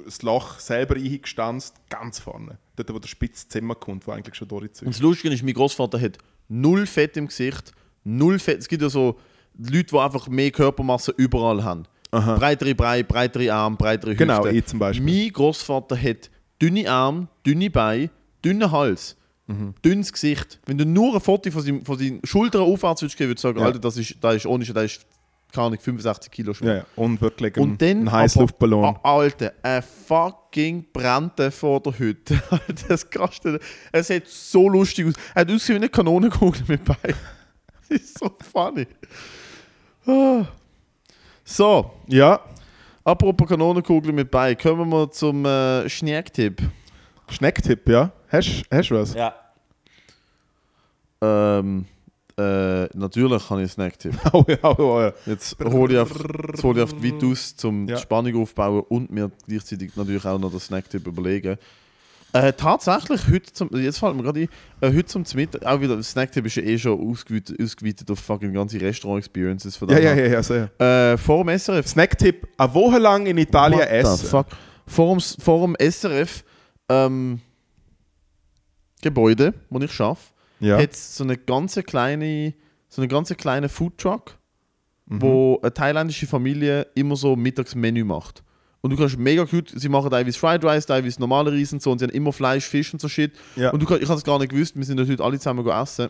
das Loch selber eingestanzt, ganz vorne. Dort, wo der spitze Zimmer kommt, wo eigentlich schon
Und
durchzieht.
das Lustige ist, mein Großvater hat null Fett im Gesicht, null Fett. Es gibt ja so Leute, die einfach mehr Körpermasse überall haben. Breitere Brei, breitere Arme, breitere Hüfte.
Genau, ich zum Beispiel.
Mein Großvater hat dünne Arme, dünne Beine, dünnen Hals,
Mhm.
dünnes Gesicht. Wenn du nur ein Foto von, seinem, von seinen Schultern aufwärts würdest geben, würdest du sagen,
Ja.
Alter, das ist, das ist ohne, das ist, keine Ahnung, 65 Kilo schwer.
Ja, ja. und wirklich ein,
Und dann
ein Heißluftballon.
aber- Ah, Alter, ein fucking Brandte vor der Hütte. Alter, das kannst du nicht- Es sieht so lustig aus. Er hat ausgesehen wie eine Kanonenkugel mit bei. Das ist so funny. Ah. So,
ja,
apropos Kanonenkugel mit bei, kommen wir zum äh, Schnecktipp.
Schnecktipp, ja. Hast du was?
Ja. Ähm, äh, natürlich habe ich einen Snacktipp.
Oh, ja, oh, ja.
Jetzt hole ich auf, jetzt hole ich auf die Weite aus, um
Ja.
die Spannung aufzubauen und mir gleichzeitig natürlich auch noch den Snacktipp überlegen. Äh, tatsächlich, heute zum, jetzt fällt mir gerade ein, äh, heute zum Mittag, auch wieder, der Snacktipp ist ja eh schon ausgeweitet, ausgeweitet auf fucking ganze Restaurant-Experiences. von
Ja,
dem
ja,
her.
ja, ja, sehr.
Äh, vor dem SRF.
Snacktipp: Eine Woche lang in Italien
What the
essen.
Fuck. Vor, dem, vor dem SRF ähm, Gebäude, wo ich arbeite,
Ja.
hat so eine ganze kleine, so eine ganze kleine Foodtruck,
Mhm.
wo eine thailändische Familie immer so Mittagsmenü macht. Und du kannst mega gut, sie machen teilweise Fried Rice, teilweise normale Reis und so und sie haben immer Fleisch, Fisch und so Shit.
Ja.
Und du kannst, ich habe es gar nicht gewusst, wir sind heute alle zusammen go essen.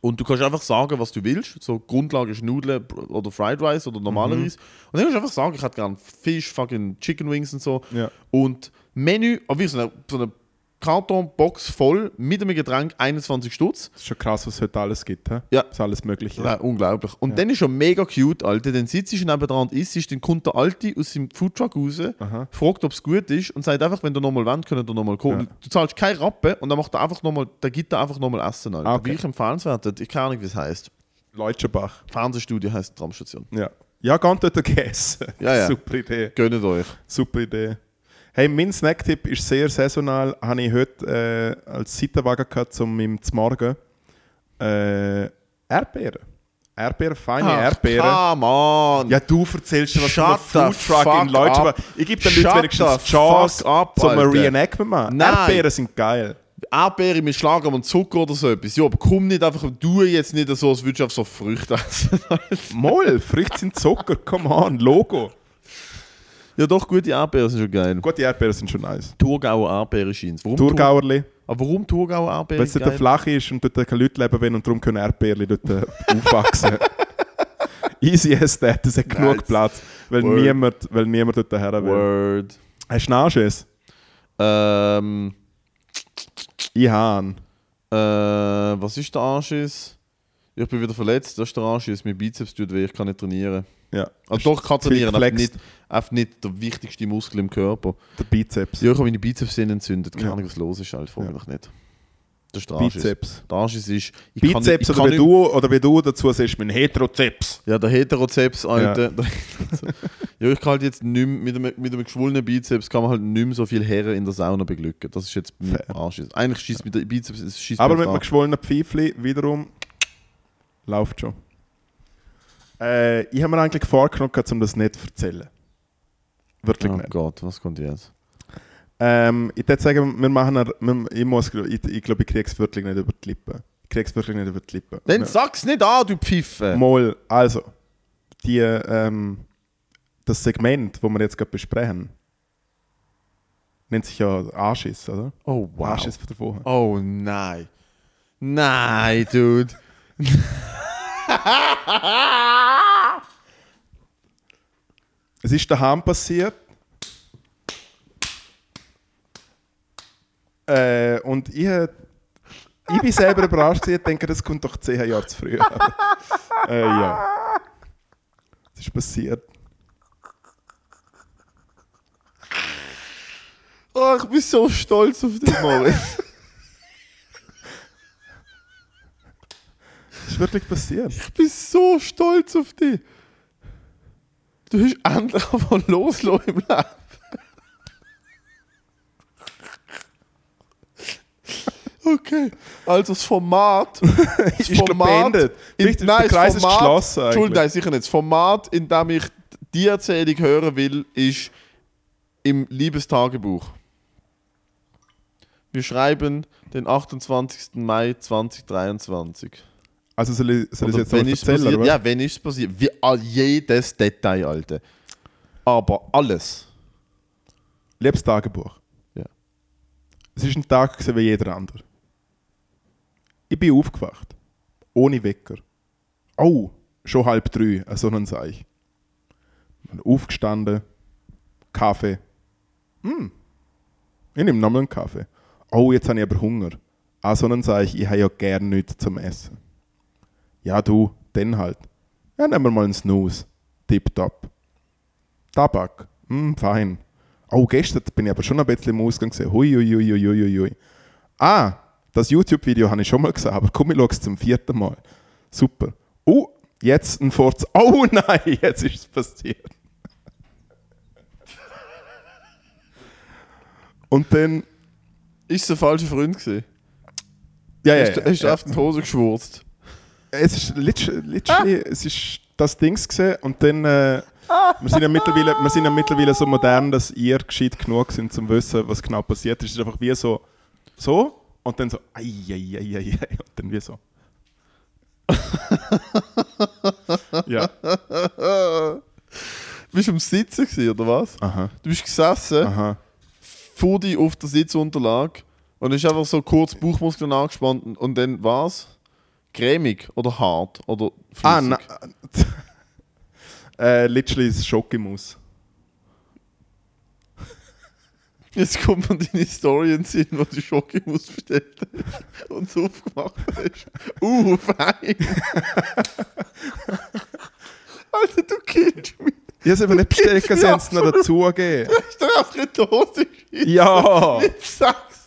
Und du kannst einfach sagen, was du willst. So Grundlage ist Nudeln br- oder Fried Rice oder normale
Mhm.
Reis. Und dann kannst du einfach sagen, ich hätte gerne Fisch, fucking Chicken Wings und so.
Ja.
Und Menü, aber wie so eine, so eine Kartonbox voll mit einem Getränk, 21 Stutz.
Das ist schon krass, was es heute alles gibt. He?
Ja.
Das ist alles Mögliche.
Nein, unglaublich. Und dann ist schon mega cute, Alter. Dann sitzt du nebenan und isst, dann kommt der Alte aus seinem Foodtruck raus, fragt, ob es gut ist und sagt einfach, wenn du nochmal wollt, können wir nochmal kommen.
Ja.
Du, du zahlst keine Rappe und dann macht er einfach nochmal, der gibt dir einfach nochmal Essen, Alter.
Ah, okay.
Wirklich empfehlenswert. Ich keine Ahnung, wie es heisst.
Leutschenbach.
Fernsehstudio heisst die Tramstation.
Ja. Ja, ganz dort gegessen.
Ja, ja.
Super Idee.
Gönnt euch.
Super Idee. Hey, mein Snacktipp ist sehr saisonal. Habe ich heute äh, als Seitenwagen gehabt, um ihm zu morgen. Äh, Erdbeeren. Erdbeeren, feine Erdbeeren.
Ah, Mann.
Ja, du erzählst dir was
Shut
von einem
the
Foodtruck
fuck
in Leutsch,
up.
aber ich gebe den Leuten
Shut
wenigstens
the
die Chance
fuck up,
zum
Alter.
Reenactment machen.
Nein.
Erdbeeren sind geil.
Erdbeere mit Schlagen und Zucker oder so etwas. Ja, aber komm nicht einfach, du jetzt nicht so, als würdest du auf so Früchte essen.
Moll, Früchte sind Zucker, come on, Logo.
ja, doch, gute Erdbeeren sind schon geil.
Gut, die Erdbeeren sind schon nice.
Thurgauer Erdbeeren scheint Warum Thur-
Thurgauerli,
Aber warum Thurgauer Erdbeeren?
weil es dort
geil?
flach ist und dort keine Leute leben wollen und darum können Erdbeerli dort äh, aufwachsen. Easy as that, das hat genug
Nice.
Platz, weil
Word.
niemand, weil niemand dort her will.
Word.
Hast du Nachschiss?
Ähm,
Ich habe
äh, was ist der Anschiss? Ich bin wieder verletzt, das ist der Anschiss. Mein Bizeps tut weh, ich kann nicht trainieren.
ja.
Also doch, ich kann trainieren,
Viel
einfach
geflext.
nicht, einfach nicht der wichtigste Muskel im Körper.
Der Bizeps.
Ja, ich habe meine Bizeps sind entzündet. Keine
Ja.
Ahnung, was los ist, halt, frage
Ja.
mich nicht. Das ist der Anschiss.
Bizeps.
Der Anschiss ist... Ich
Bizeps
kann, ich
oder,
kann
wie
nicht-
du, oder wie du dazu sagst, mein Heterozeps.
Ja, der Heterozeps,
Ja.
Alter. Der Heterozeps. ja, ich kann halt jetzt nicht mehr, mit, einem, mit einem geschwollenen Bizeps kann man halt nicht mehr so viel Herren in der Sauna beglücken. Das ist jetzt mit
Fair.
Anschiss. Eigentlich schießt mit der Bizeps... es schiesst
Aber
mir
mit
auf
einem
den
geschwollenen Pfeifli wiederum läuft schon. Äh, ich habe mir eigentlich vorgenommen, um das nicht zu erzählen. Wirklich
Arsch. Oh
nicht.
Gott, was kommt jetzt?
Ähm, ich würde sagen, wir machen eine, wir, ich, muss, ich, ich glaube, ich kriege es wirklich nicht über die Lippen. Ich kriege es wirklich nicht über die Lippen.
Dann
Ja.
sag's nicht an, du Pfiffe!
Mal, also, die, ähm, das Segment, das wir jetzt gerade besprechen, nennt sich ja Arschiss, oder?
oh
Arschiss von der Woche.
Oh nein. Nein, dude.
Es ist daheim passiert. Äh, und ich, hab- ich bin selber überrascht, ich denke, das kommt doch zehn Jahre zu früh. Aber, äh, ja. Es ist passiert.
Oh, ich bin so stolz auf dich, Moritz.
Es ist wirklich passiert.
ich bin so stolz auf dich. Du hast endlich einfach losgelassen im Leben. Okay, also das Format. Das
Ist beendet. Vielleicht ist der Kreis ist geschlossen eigentlich.
Entschuldigung, nein, sicher nicht. Das Format, in dem ich die Erzählung hören will, ist im Liebestagebuch. Wir schreiben den 28. Mai 2023.
Also soll ich, soll ich es
Oder
jetzt aber
ist's
erzählen?
passiert?
oder was?
Ja, wenn ist es passiert. Wie all jedes Detail, Alter. Aber alles.
Liebes Tagebuch.
Ja.
Es ist ein Tag gewesen wie jeder andere. Ich bin aufgewacht. Ohne Wecker. Oh, schon halb drei, an so einem Seich. Bin aufgestanden. Kaffee. Hm. Ich nehme nochmal einen Kaffee. Oh, jetzt habe ich aber Hunger. An so einem Seich, ich habe ja gern nichts zum Essen. Ja, du, dann halt. Ja, nehmen wir mal einen Snooze. Tipptopp. Tabak. Hm, fein. Oh, gestern bin ich aber schon ein bisschen im Ausgang gesehen. Hui, hui, hui, hui, hui, hui. Ah, das YouTube-Video habe ich schon mal gesehen, aber komm, ich schaue es zum vierten Mal. Super. Oh, jetzt ein Forz. Oh nein, jetzt ist es passiert. Und dann.
Ist es ein falscher Freund gewesen?
Ja, ja,
Hast du-
ja,
hast du
ja.
auf die Hose geschwurzt?
Es ist literally, literally es ist das Dings gesehen und dann. Äh, wir sind, ja mittlerweile, wir sind ja mittlerweile so modern, dass ihr gescheit genug sind, um zu wissen, was genau passiert ist. Es ist einfach wie so, so und dann so, ei, ei, ei, ei, ei, und dann wie so. ja,
Bist du am Sitzen gewesen, oder was?
aha,
Du bist gesessen.
aha.
Fudi auf der Sitzunterlage und ist einfach so kurz Bauchmuskeln angespannt und- und dann was? Cremig oder hart oder flüssig?
Ah, na, äh, literally ist Schokimus.
Jetzt kommt man deine Story in den Sinn, wo du Schokimus bestellt hast und es aufgemacht hast. Uh, fein! Alter, du killst mich!
Ich habe es aber nicht bestellt,
mir
sie haben es noch dazugegeben.
Ich darf einfach nicht Dose schießen!
Ja!
Mit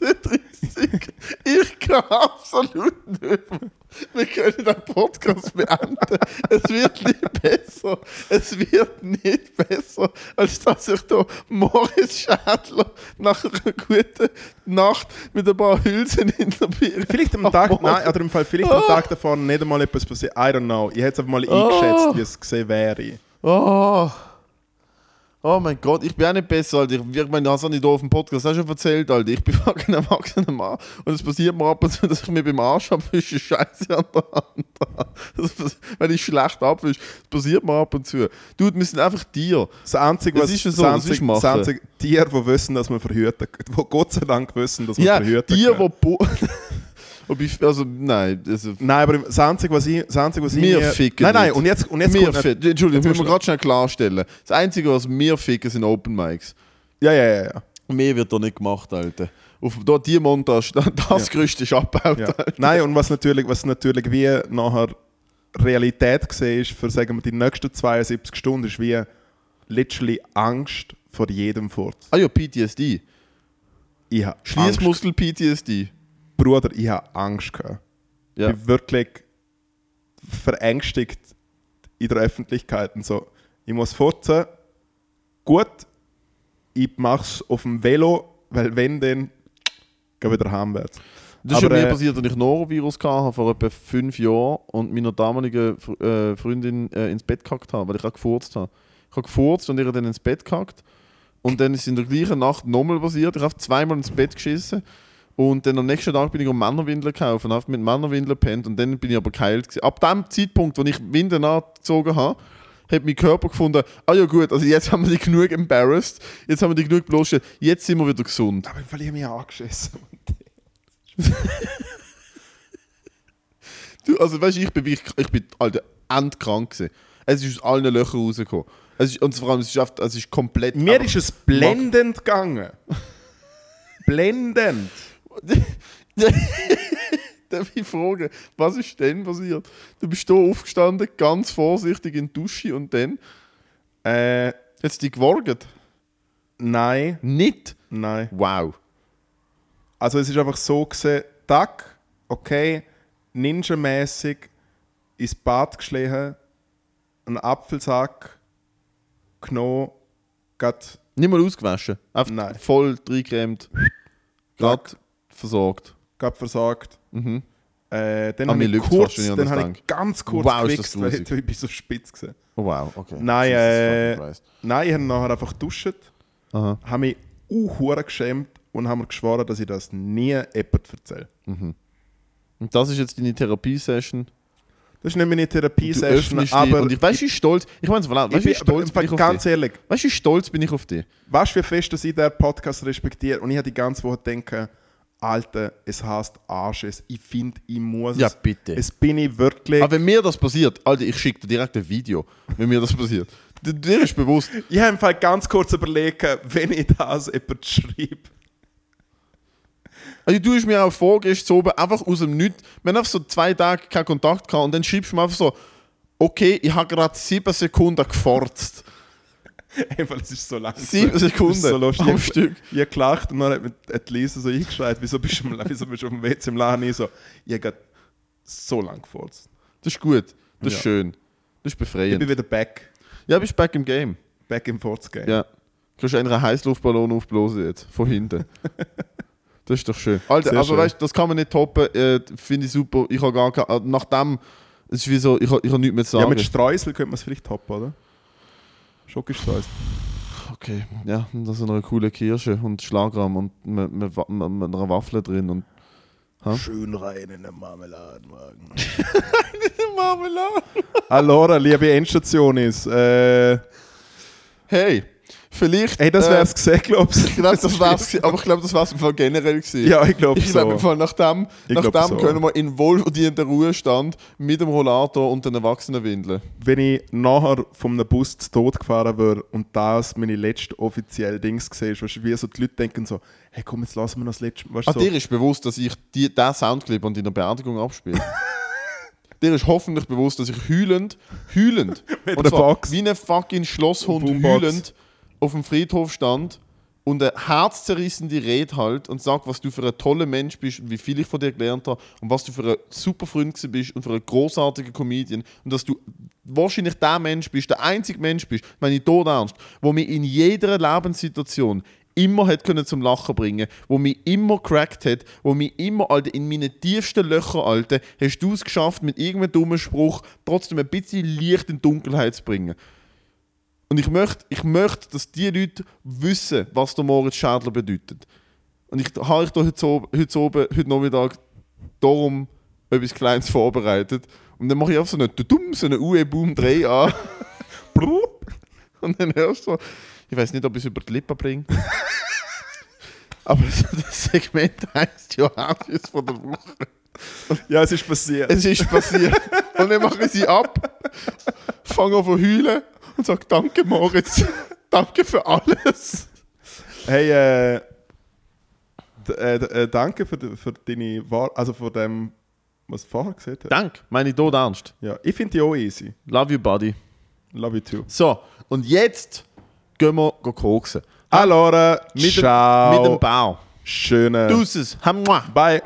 36! Ich kann absolut nicht mehr. Wir können den Podcast beenden. Es wird nicht besser. Es wird nicht besser, als dass ich da Moritz Schädler nach einer guten Nacht mit ein paar Hülsen in der Birne.
Vielleicht am Tag, nein, oder im Fall vielleicht
Oh.
am Tag davor nicht einmal etwas passiert. I don't know. Ich hätte es einfach mal eingeschätzt, wie es gesehen wäre.
Oh. Oh mein Gott, ich bin auch nicht besser, Alter. Ich, ich meine, das habe ich hier auf dem Podcast auch schon erzählt, Alter. Ich bin fucking ein erwachsener Mann. Und es passiert mir ab und zu, dass ich mir beim Arsch abwische, Scheiße an der Hand habe. Das pass- Wenn ich schlecht abwische, das passiert mir ab und zu. Dude, wir sind einfach Tier.
Das Einzige,
Das
was
ist ja so,
das
das ist
einzige,
Mache.
das einzige Tier, die wissen, dass man verhüten kann. Die Gott sei Dank wissen, dass man
Ja, Tier,
verhüten
die.
kann.
bo- Ob ich, also, nein. Also,
Nein, aber das Einzige, was ich... Das Einzige, was
Wir
ich mir-
ficken
Nein, nein,
nicht.
und jetzt... Und jetzt
wir
kommt-
ficken. Entschuldigung,
Jetzt
müssen wir
musst
gerade schnell klarstellen. Das Einzige, was wir ficken, sind Open Mics.
Ja, ja, ja. ja.
Mehr wird da nicht gemacht, Alter. Auf da, die Montage, da- das Gerüst ist abgebaut.
Ja.
Alter.
Nein, und was natürlich, was natürlich wie nachher Realität gesehen ist für sagen wir, die nächsten 72 Stunden, ist wie literally Angst vor jedem Furz.
Ah ja, PTSD.
Ich habe Angst,
Schließmuskel-PTSD.
Bruder, ich habe Angst gehabt.
Ja.
Ich bin wirklich verängstigt in der Öffentlichkeit. Und so. Ich muss furzen. Gut, ich mache es auf dem Velo, weil wenn, dann gehe ich wieder heimwärts.
Das ist
Aber,
ja mir
äh,
passiert, als ich Norovirus hatte, vor etwa fünf Jahren und meiner damaligen Fr- äh, Freundin äh, ins Bett gekackt habe, weil ich auch gefurzt habe. Ich habe gefurzt und ihr dann ins Bett gekackt. Und dann ist in der gleichen Nacht nochmal passiert. Ich habe zweimal ins Bett geschissen. Und dann am nächsten Tag bin ich um Männerwindeln gekauft und habe mit Männerwindeln gepennt. Und dann bin ich aber geheilt. Gewesen. Ab dem Zeitpunkt, wo ich Windeln angezogen habe, hat mein Körper gefunden, ah ja gut, also jetzt haben wir die genug embarrassed, jetzt haben wir die genug bloßgestellt, jetzt sind wir wieder gesund.
Aber ich habe mich angeschissen.
Du, also weißt du, ich bin wirklich, ich bin alter endkrank gewesen. Es ist aus allen Löchern rausgekommen. Es ist, und vor allem, es ist, oft, es ist komplett.
Mir
einfach-
ist es blendend gegangen. blendend.
Darf ich fragen, was ist denn passiert? Du bist hier aufgestanden, ganz vorsichtig in die Dusche und dann
Äh,
hat es dich geworgt.
nein,
Nicht?
nein.
Wow.
Also es ist einfach so gesehen, Tag, okay, ninja-mäßig ins Bad geschlichen, einen Apfelsack genommen, grad,
Nicht mal ausgewaschen. Einfach
Nein.
voll reingecremt. Gerade versorgt.
grad versorgt. Äh, dann
Mhm. Ah,
habe
mir
ich
lügt's
kurz,
fast, wenn ich an
dann
das
habe ich
denk.
ganz kurz
Wow, ist das
gewichst, weil ich,
grusig.
ich bin so spitz gesehen.
Oh, wow, okay.
Nein,
Jesus
äh,
fucking Christ.
nein, ich habe nachher einfach geduscht,
Aha.
habe mich unhure geschämt und habe mir geschworen, dass ich das nie jemandem erzähle.
Und das ist jetzt deine Therapiesession.
Das ist nicht meine
Du
Therapie-Session,
öffnest dich.
aber
Und ich weiß, wie stolz. Ich meine, weißt du,
ich
wie
bin, aber
stolz
im
bin
Fall
ich auf dich?
ganz ehrlich,
Weißt du, wie stolz bin ich auf dich?
weißt du, wie fest dass ich diesen Podcast respektiere? Und ich habe die ganze Woche gedacht, Alter, es heißt Arsches. Ich finde, ich muss
Ja,
es.
bitte.
Es bin ich wirklich.
Aber wenn mir das passiert, Alter, ich schicke dir direkt ein Video, wenn mir das passiert. D- Dir ist bewusst,
ich habe im Fall ganz kurz überlegt, wenn ich das jemand schreibe.
also, du hast mir auch vorgestern oben einfach aus dem Nichts, wir haben einfach so zwei Tage keinen Kontakt gehabt und dann schreibst du mir einfach so, okay, ich habe gerade sieben Sekunden gefurzt.
Einfach, es ist so lang.
Sieben Sekunden
Es ist so lustig.
am
Ich-
Stück.
Ich habe gelacht und dann hat mir hat die Lisa so eingeschreit, wieso bist du, im, wieso bist du auf dem WC im Laden? Ich so, ich habe gerade so lang gefurzt.
Das ist gut, das ist
Ja.
schön, das ist
Ich bin
befreiend.
wieder back,
Ja, bist back im Game.
back im Furzgame.
Ja. Du kannst einen Heißluftballon aufblasen jetzt, von hinten. das ist doch schön. Alter,
Sehr
aber
schön.
weißt du, das kann man nicht toppen, äh, finde ich super. Ich habe gar kein, äh, nach dem, es ist wie so, ich habe ich hab nichts mehr zu
Ja,
sagen.
mit Streusel könnte man es vielleicht toppen, oder? Schokostreusel.
Okay, ja, und da sind noch eine coole Kirsche und Schlagrahm und mit, mit, Wa- mit, mit einer Waffel drin und
Schön rein in den Marmeladenwagen.
Marmelade.
Allora, liebe Endstation ist. Äh,
Hey, vielleicht.
hey, das wär's gesehen, glaubst
Äh, ich glaub, das war's, gewesen, aber ich glaube, das war's im Fall generell gewesen.
Ja, ich glaube
Ich glaube, im
so.
Fall nach dem,
Ich
nach
glaub, so.
dem können wir in wohlverdienten Ruhestand mit dem Rollator und den Erwachsenenwindeln.
Wenn ich nachher vom einem Bus zu Tod gefahren wäre und das meine letzte offizielle Dings gesehen ist, weißt du, wie so die Leute denken so, hey komm, jetzt lassen wir noch das letzte Mal. Weißt,
Ah,
du, so,
dir ist bewusst, dass ich die, diesen Soundclip an deiner Beerdigung abspiele. dir ist hoffentlich bewusst, dass ich heulend, heulend,
Mit
und
der
zwar
Box.
wie ein fucking Schlosshund
Boombox.
heulend auf dem Friedhof stand und eine herzzerrissende Rede halt und sag, was du für ein toller Mensch bist und wie viel ich von dir gelernt habe und was du für ein super Freund gewesen bist und für einen großartigen Comedian und dass du wahrscheinlich der Mensch bist, der einzige Mensch bist, meine ich tot ernst, wo mich in jeder Lebenssituation immer hat können zum Lachen bringen, wo mich immer crackt hat, wo mich immer Alter, in meinen tiefsten Löchern Alter, hast du es geschafft mit irgendeinem dummen Spruch trotzdem ein bisschen Licht in die Dunkelheit zu bringen. Und ich möchte, ich möchte, dass die Leute wissen, was der Moritz Schädler bedeutet. Und ich habe ich da heute, oben, heute, oben, heute Nachmittag darum etwas Kleines vorbereitet. Und dann mache ich einfach so einen Dumm, so einen UE-Boom-Dreh an. Blub. Und dann hörst du so, ich weiß nicht, ob ich es über die Lippen bringe. Aber das Segment heisst Johannes von der Woche.
Ja, es ist passiert.
Es ist passiert. Und dann mache ich sie ab, fange an zu heulen und sage Danke, Moritz. Danke für alles.
Hey, äh, d- äh, d- äh, danke für, de- für deine Wahl, also für dem, was du vorher gesehen hast.
Danke, meine ich tot ernst.
Ja, ich finde die auch easy.
Love you, buddy.
Love you too.
So, und jetzt gehen wir go koksen.
Allora,
Mit, dem-
ciao.
mit dem Bau.
Schönen.
Deuces. Hamwa.
Bye.